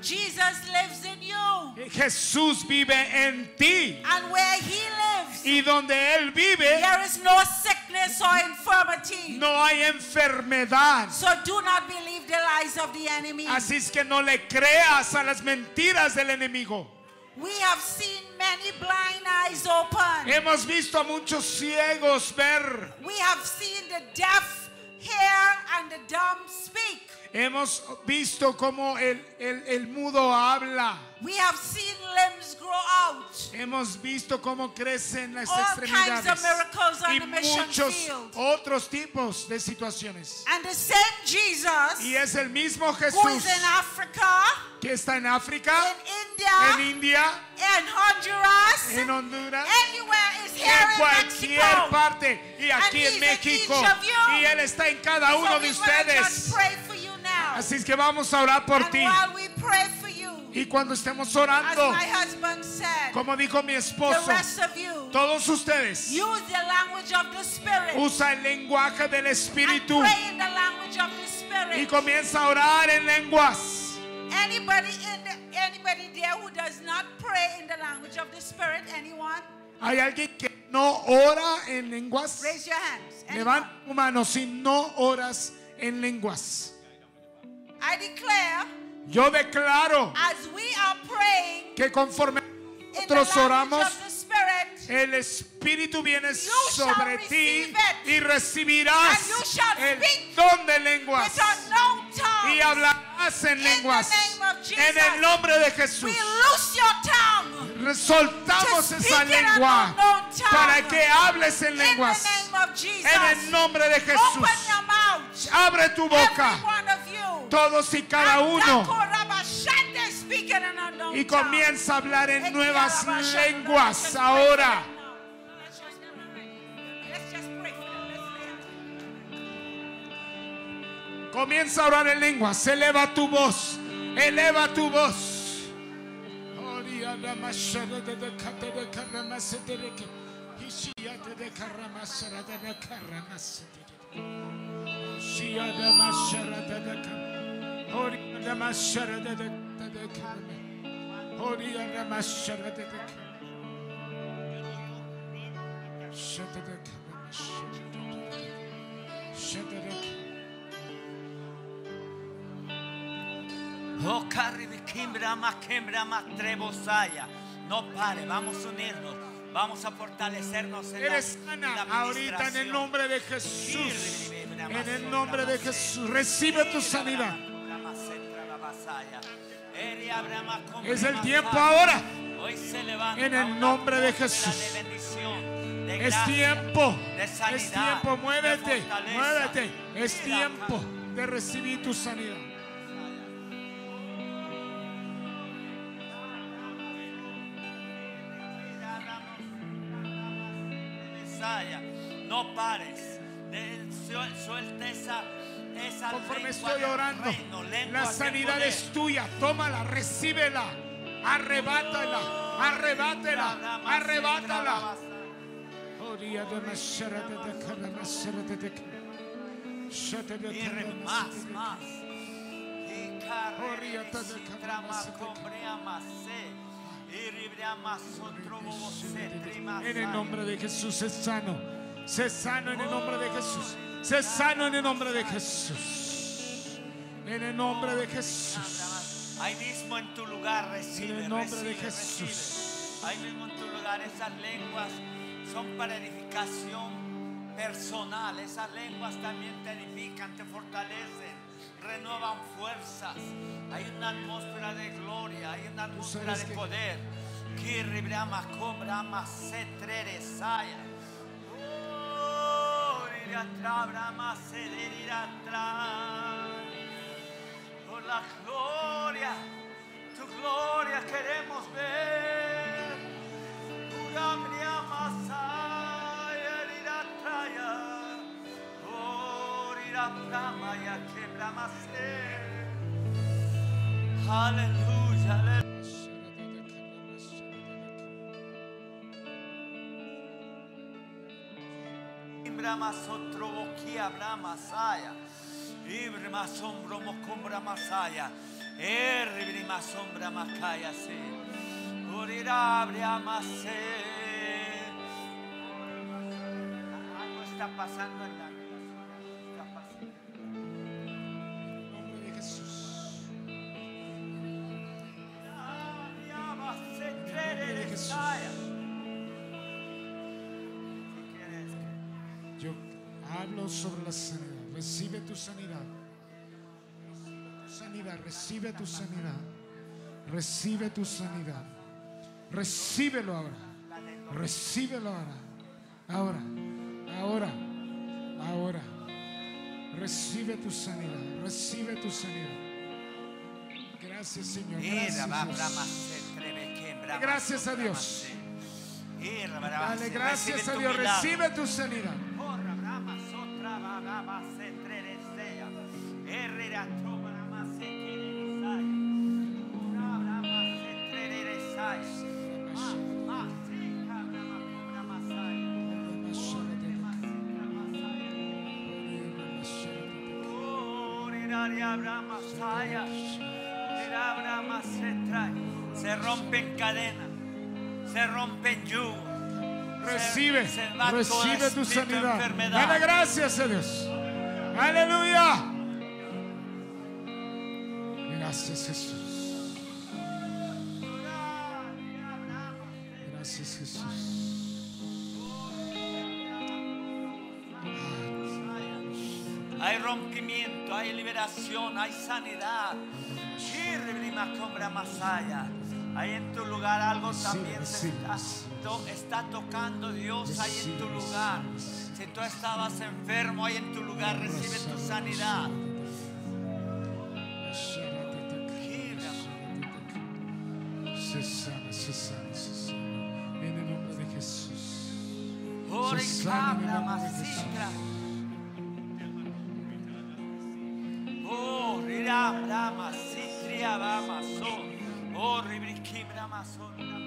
Jesus lives in you.
Jesús vive en ti.
And where he lives,
Y donde Él vive,
there is no sickness or infirmity.
no hay enfermedad.
So do not believe the lies of the enemy.
Así es que no le creas a las mentiras del enemigo.
We have seen many blind eyes open.
Hemos visto a muchos ciegos ver.
We have seen the deaf hear and the dumb speak.
Hemos visto cómo el, el- el mudo habla.
We have seen limbs grow out.
Hemos visto cómo crecen las
All
extremidades
kinds of miracles on
y
the mission
muchos Oh.
field.
otros tipos de situaciones.
And the same
Y
Jesus
es el mismo
who is
Jesús
in Africa,
que está en
in
África, en
India,
India,
in Honduras,
en Honduras,
anywhere is here
en
in
cualquier
Mexico.
parte y aquí
he's
en
in
México.
each of you.
Y Él está en cada
So
uno de
we're gonna just
ustedes.
pray for you now.
Así es que vamos a orar por
And
ti.
while we pray for you,
Y cuando estemos
as
orando,
my husband said,
como dijo mi
the
esposo,
rest of you
todos ustedes
use the language of the Spirit.
usa el lenguaje del
and
Espíritu
pray in the language of the
y
Spirit.
comienza a orar en lenguas.
Anybody in the, anybody there who does not pray in the language of the Spirit, anyone?
¿Hay alguien que no ora en lenguas?
Raise your hands. Anyone?
Levanta tu mano si no oras en lenguas.
I declare,
Yo declaro
as we are praying
que conforme
in the
nosotros
language
oramos,
of the Spirit,
el Espíritu viene
shall
sobre ti
receive it.
y recibirás
And you shall
el
speak
don de lenguas.
with unknown
y
tongues,
hablarás en
In
lenguas.
the name of Jesus.
En el nombre de
we
Jesús.
loose your tongue.
Soltamos
to
esa
speak in an
lengua
unknown tongue.
para que hables en lenguas.
In the name of Jesus.
En el nombre de Jesús.
Open your mouth.
Abre tu boca,
Every one of you.
todos y cada uno,
Andakorabashande, speak in an unknown
y
tongue.
comienza a hablar en nuevas
Ekiarabashande,
lenguas
let's just pray for them
ahora.
now. Let's just pray for them. Let's lay hands
Comienza a orar en lenguas. Eleva tu voz. Eleva tu voz.
Oh, carribiquimbra, maquimbra, matrebosaya. No pare, vamos a unirnos. Vamos a fortalecernos en la-
Eres
la
sana
administración.
ahorita en el nombre de Jesús. En el nombre de Jesús. Recibe tu sanidad.
Es el tiempo ahora.
En el nombre de Jesús. Es tiempo. Es tiempo. Muévete. Muévete. Es tiempo de recibir tu sanidad.
No pares. De- suel- Suelta esa. esa
Conforme
lengua
estoy
del
orando,
reino, lengua
la
de
sanidad
poder.
es tuya. Tómala, recíbela. Arrebátala. Arrebátela. Arrebátala.
Y re- más, más. Y carrera
Oriata de
y sin
Carabas,
trama, cobrea más, eh. Y ribrea más, otro bobo, se trima,
En el
saya.
nombre de Jesús es sano. Sé sano en el nombre de Jesús. Sé sano en el nombre de Jesús. En el nombre de Jesús.
Ahí mismo en tu lugar recibe,
En el nombre
recibe,
de Jesús.
recibe. Ahí mismo en tu lugar esas lenguas son para edificación personal. Esas lenguas también te edifican, te fortalecen, renuevan fuerzas. Hay una atmósfera de gloria, hay una atmósfera
sabes
de
que-
poder. Kirri, brama, cobra, mas, se, trere, saya. Oh, irá atrás, brama, se, irá atrás por la gloria, tu gloria queremos ver. Urabria masaya rirataya, orira pramaya quebramase. Aleluya, aleluya. Brahma sotrobokia Brahma saya. Ibrima sombro mocumbra masaya. Erbrima sombra macaya se. Urira Brahma se. Algo está pasando en la está pasando.
En el nombre de Jesús.
Brahma se trere
Jesús.
saya. Si quieres que-
Yo hablo sobre la sanidad. Recibe tu sanidad. Sanidad, recibe tu sanidad. Recibe tu sanidad. Recíbelo ahora. Recíbelo ahora. Ahora, ahora, ahora. Recibe tu sanidad. Recibe tu sanidad. Gracias, Señor.
Era, va, brama,
Gracias. Dios.
se, treme, que, brama,
Gracias a
brama,
Dios.
se. Era, brama,
Dale
se,
gracias
recibe
a
tu
Dios.
milagro.
Recibe tu sanidad.
Corra, brama, sotra, va, va, va, se, trere, sea. Herrera, toma, brama, se, quere, sai. Ora, brama, se, trere, sai. Ma, ma, se, ca, brama, co, brama, sai. Brama, se, brama, sai. Ora, ria, brama, sai. Ora, brama, se, trae. Se rompen cadenas, se rompen yugos.
Recibe,
Se- se va todo
recibe tu
espíritu de
sanidad.
enfermedad.
Dale gracias a Dios. Aleluya. Gracias Jesús. Gracias Jesús.
Hay rompimiento, hay liberación, hay sanidad. Shirrima combra masaya. Ahí en tu lugar algo
Recibe,
también se
recibe,
está,
recibe.
to- está tocando Dios ahí en tu
Recibe,
lugar.
recibe, recibe.
Si tú estabas enfermo ahí en tu lugar, recibe tu sanidad.
Se sana, se sana, se sana. En el nombre de Jesús.
Ore
Se sana en el
cabra
nombre de Jesús.
masita. Oh, Era brama, sitria brama, so. Oh, ribrikim brama, so.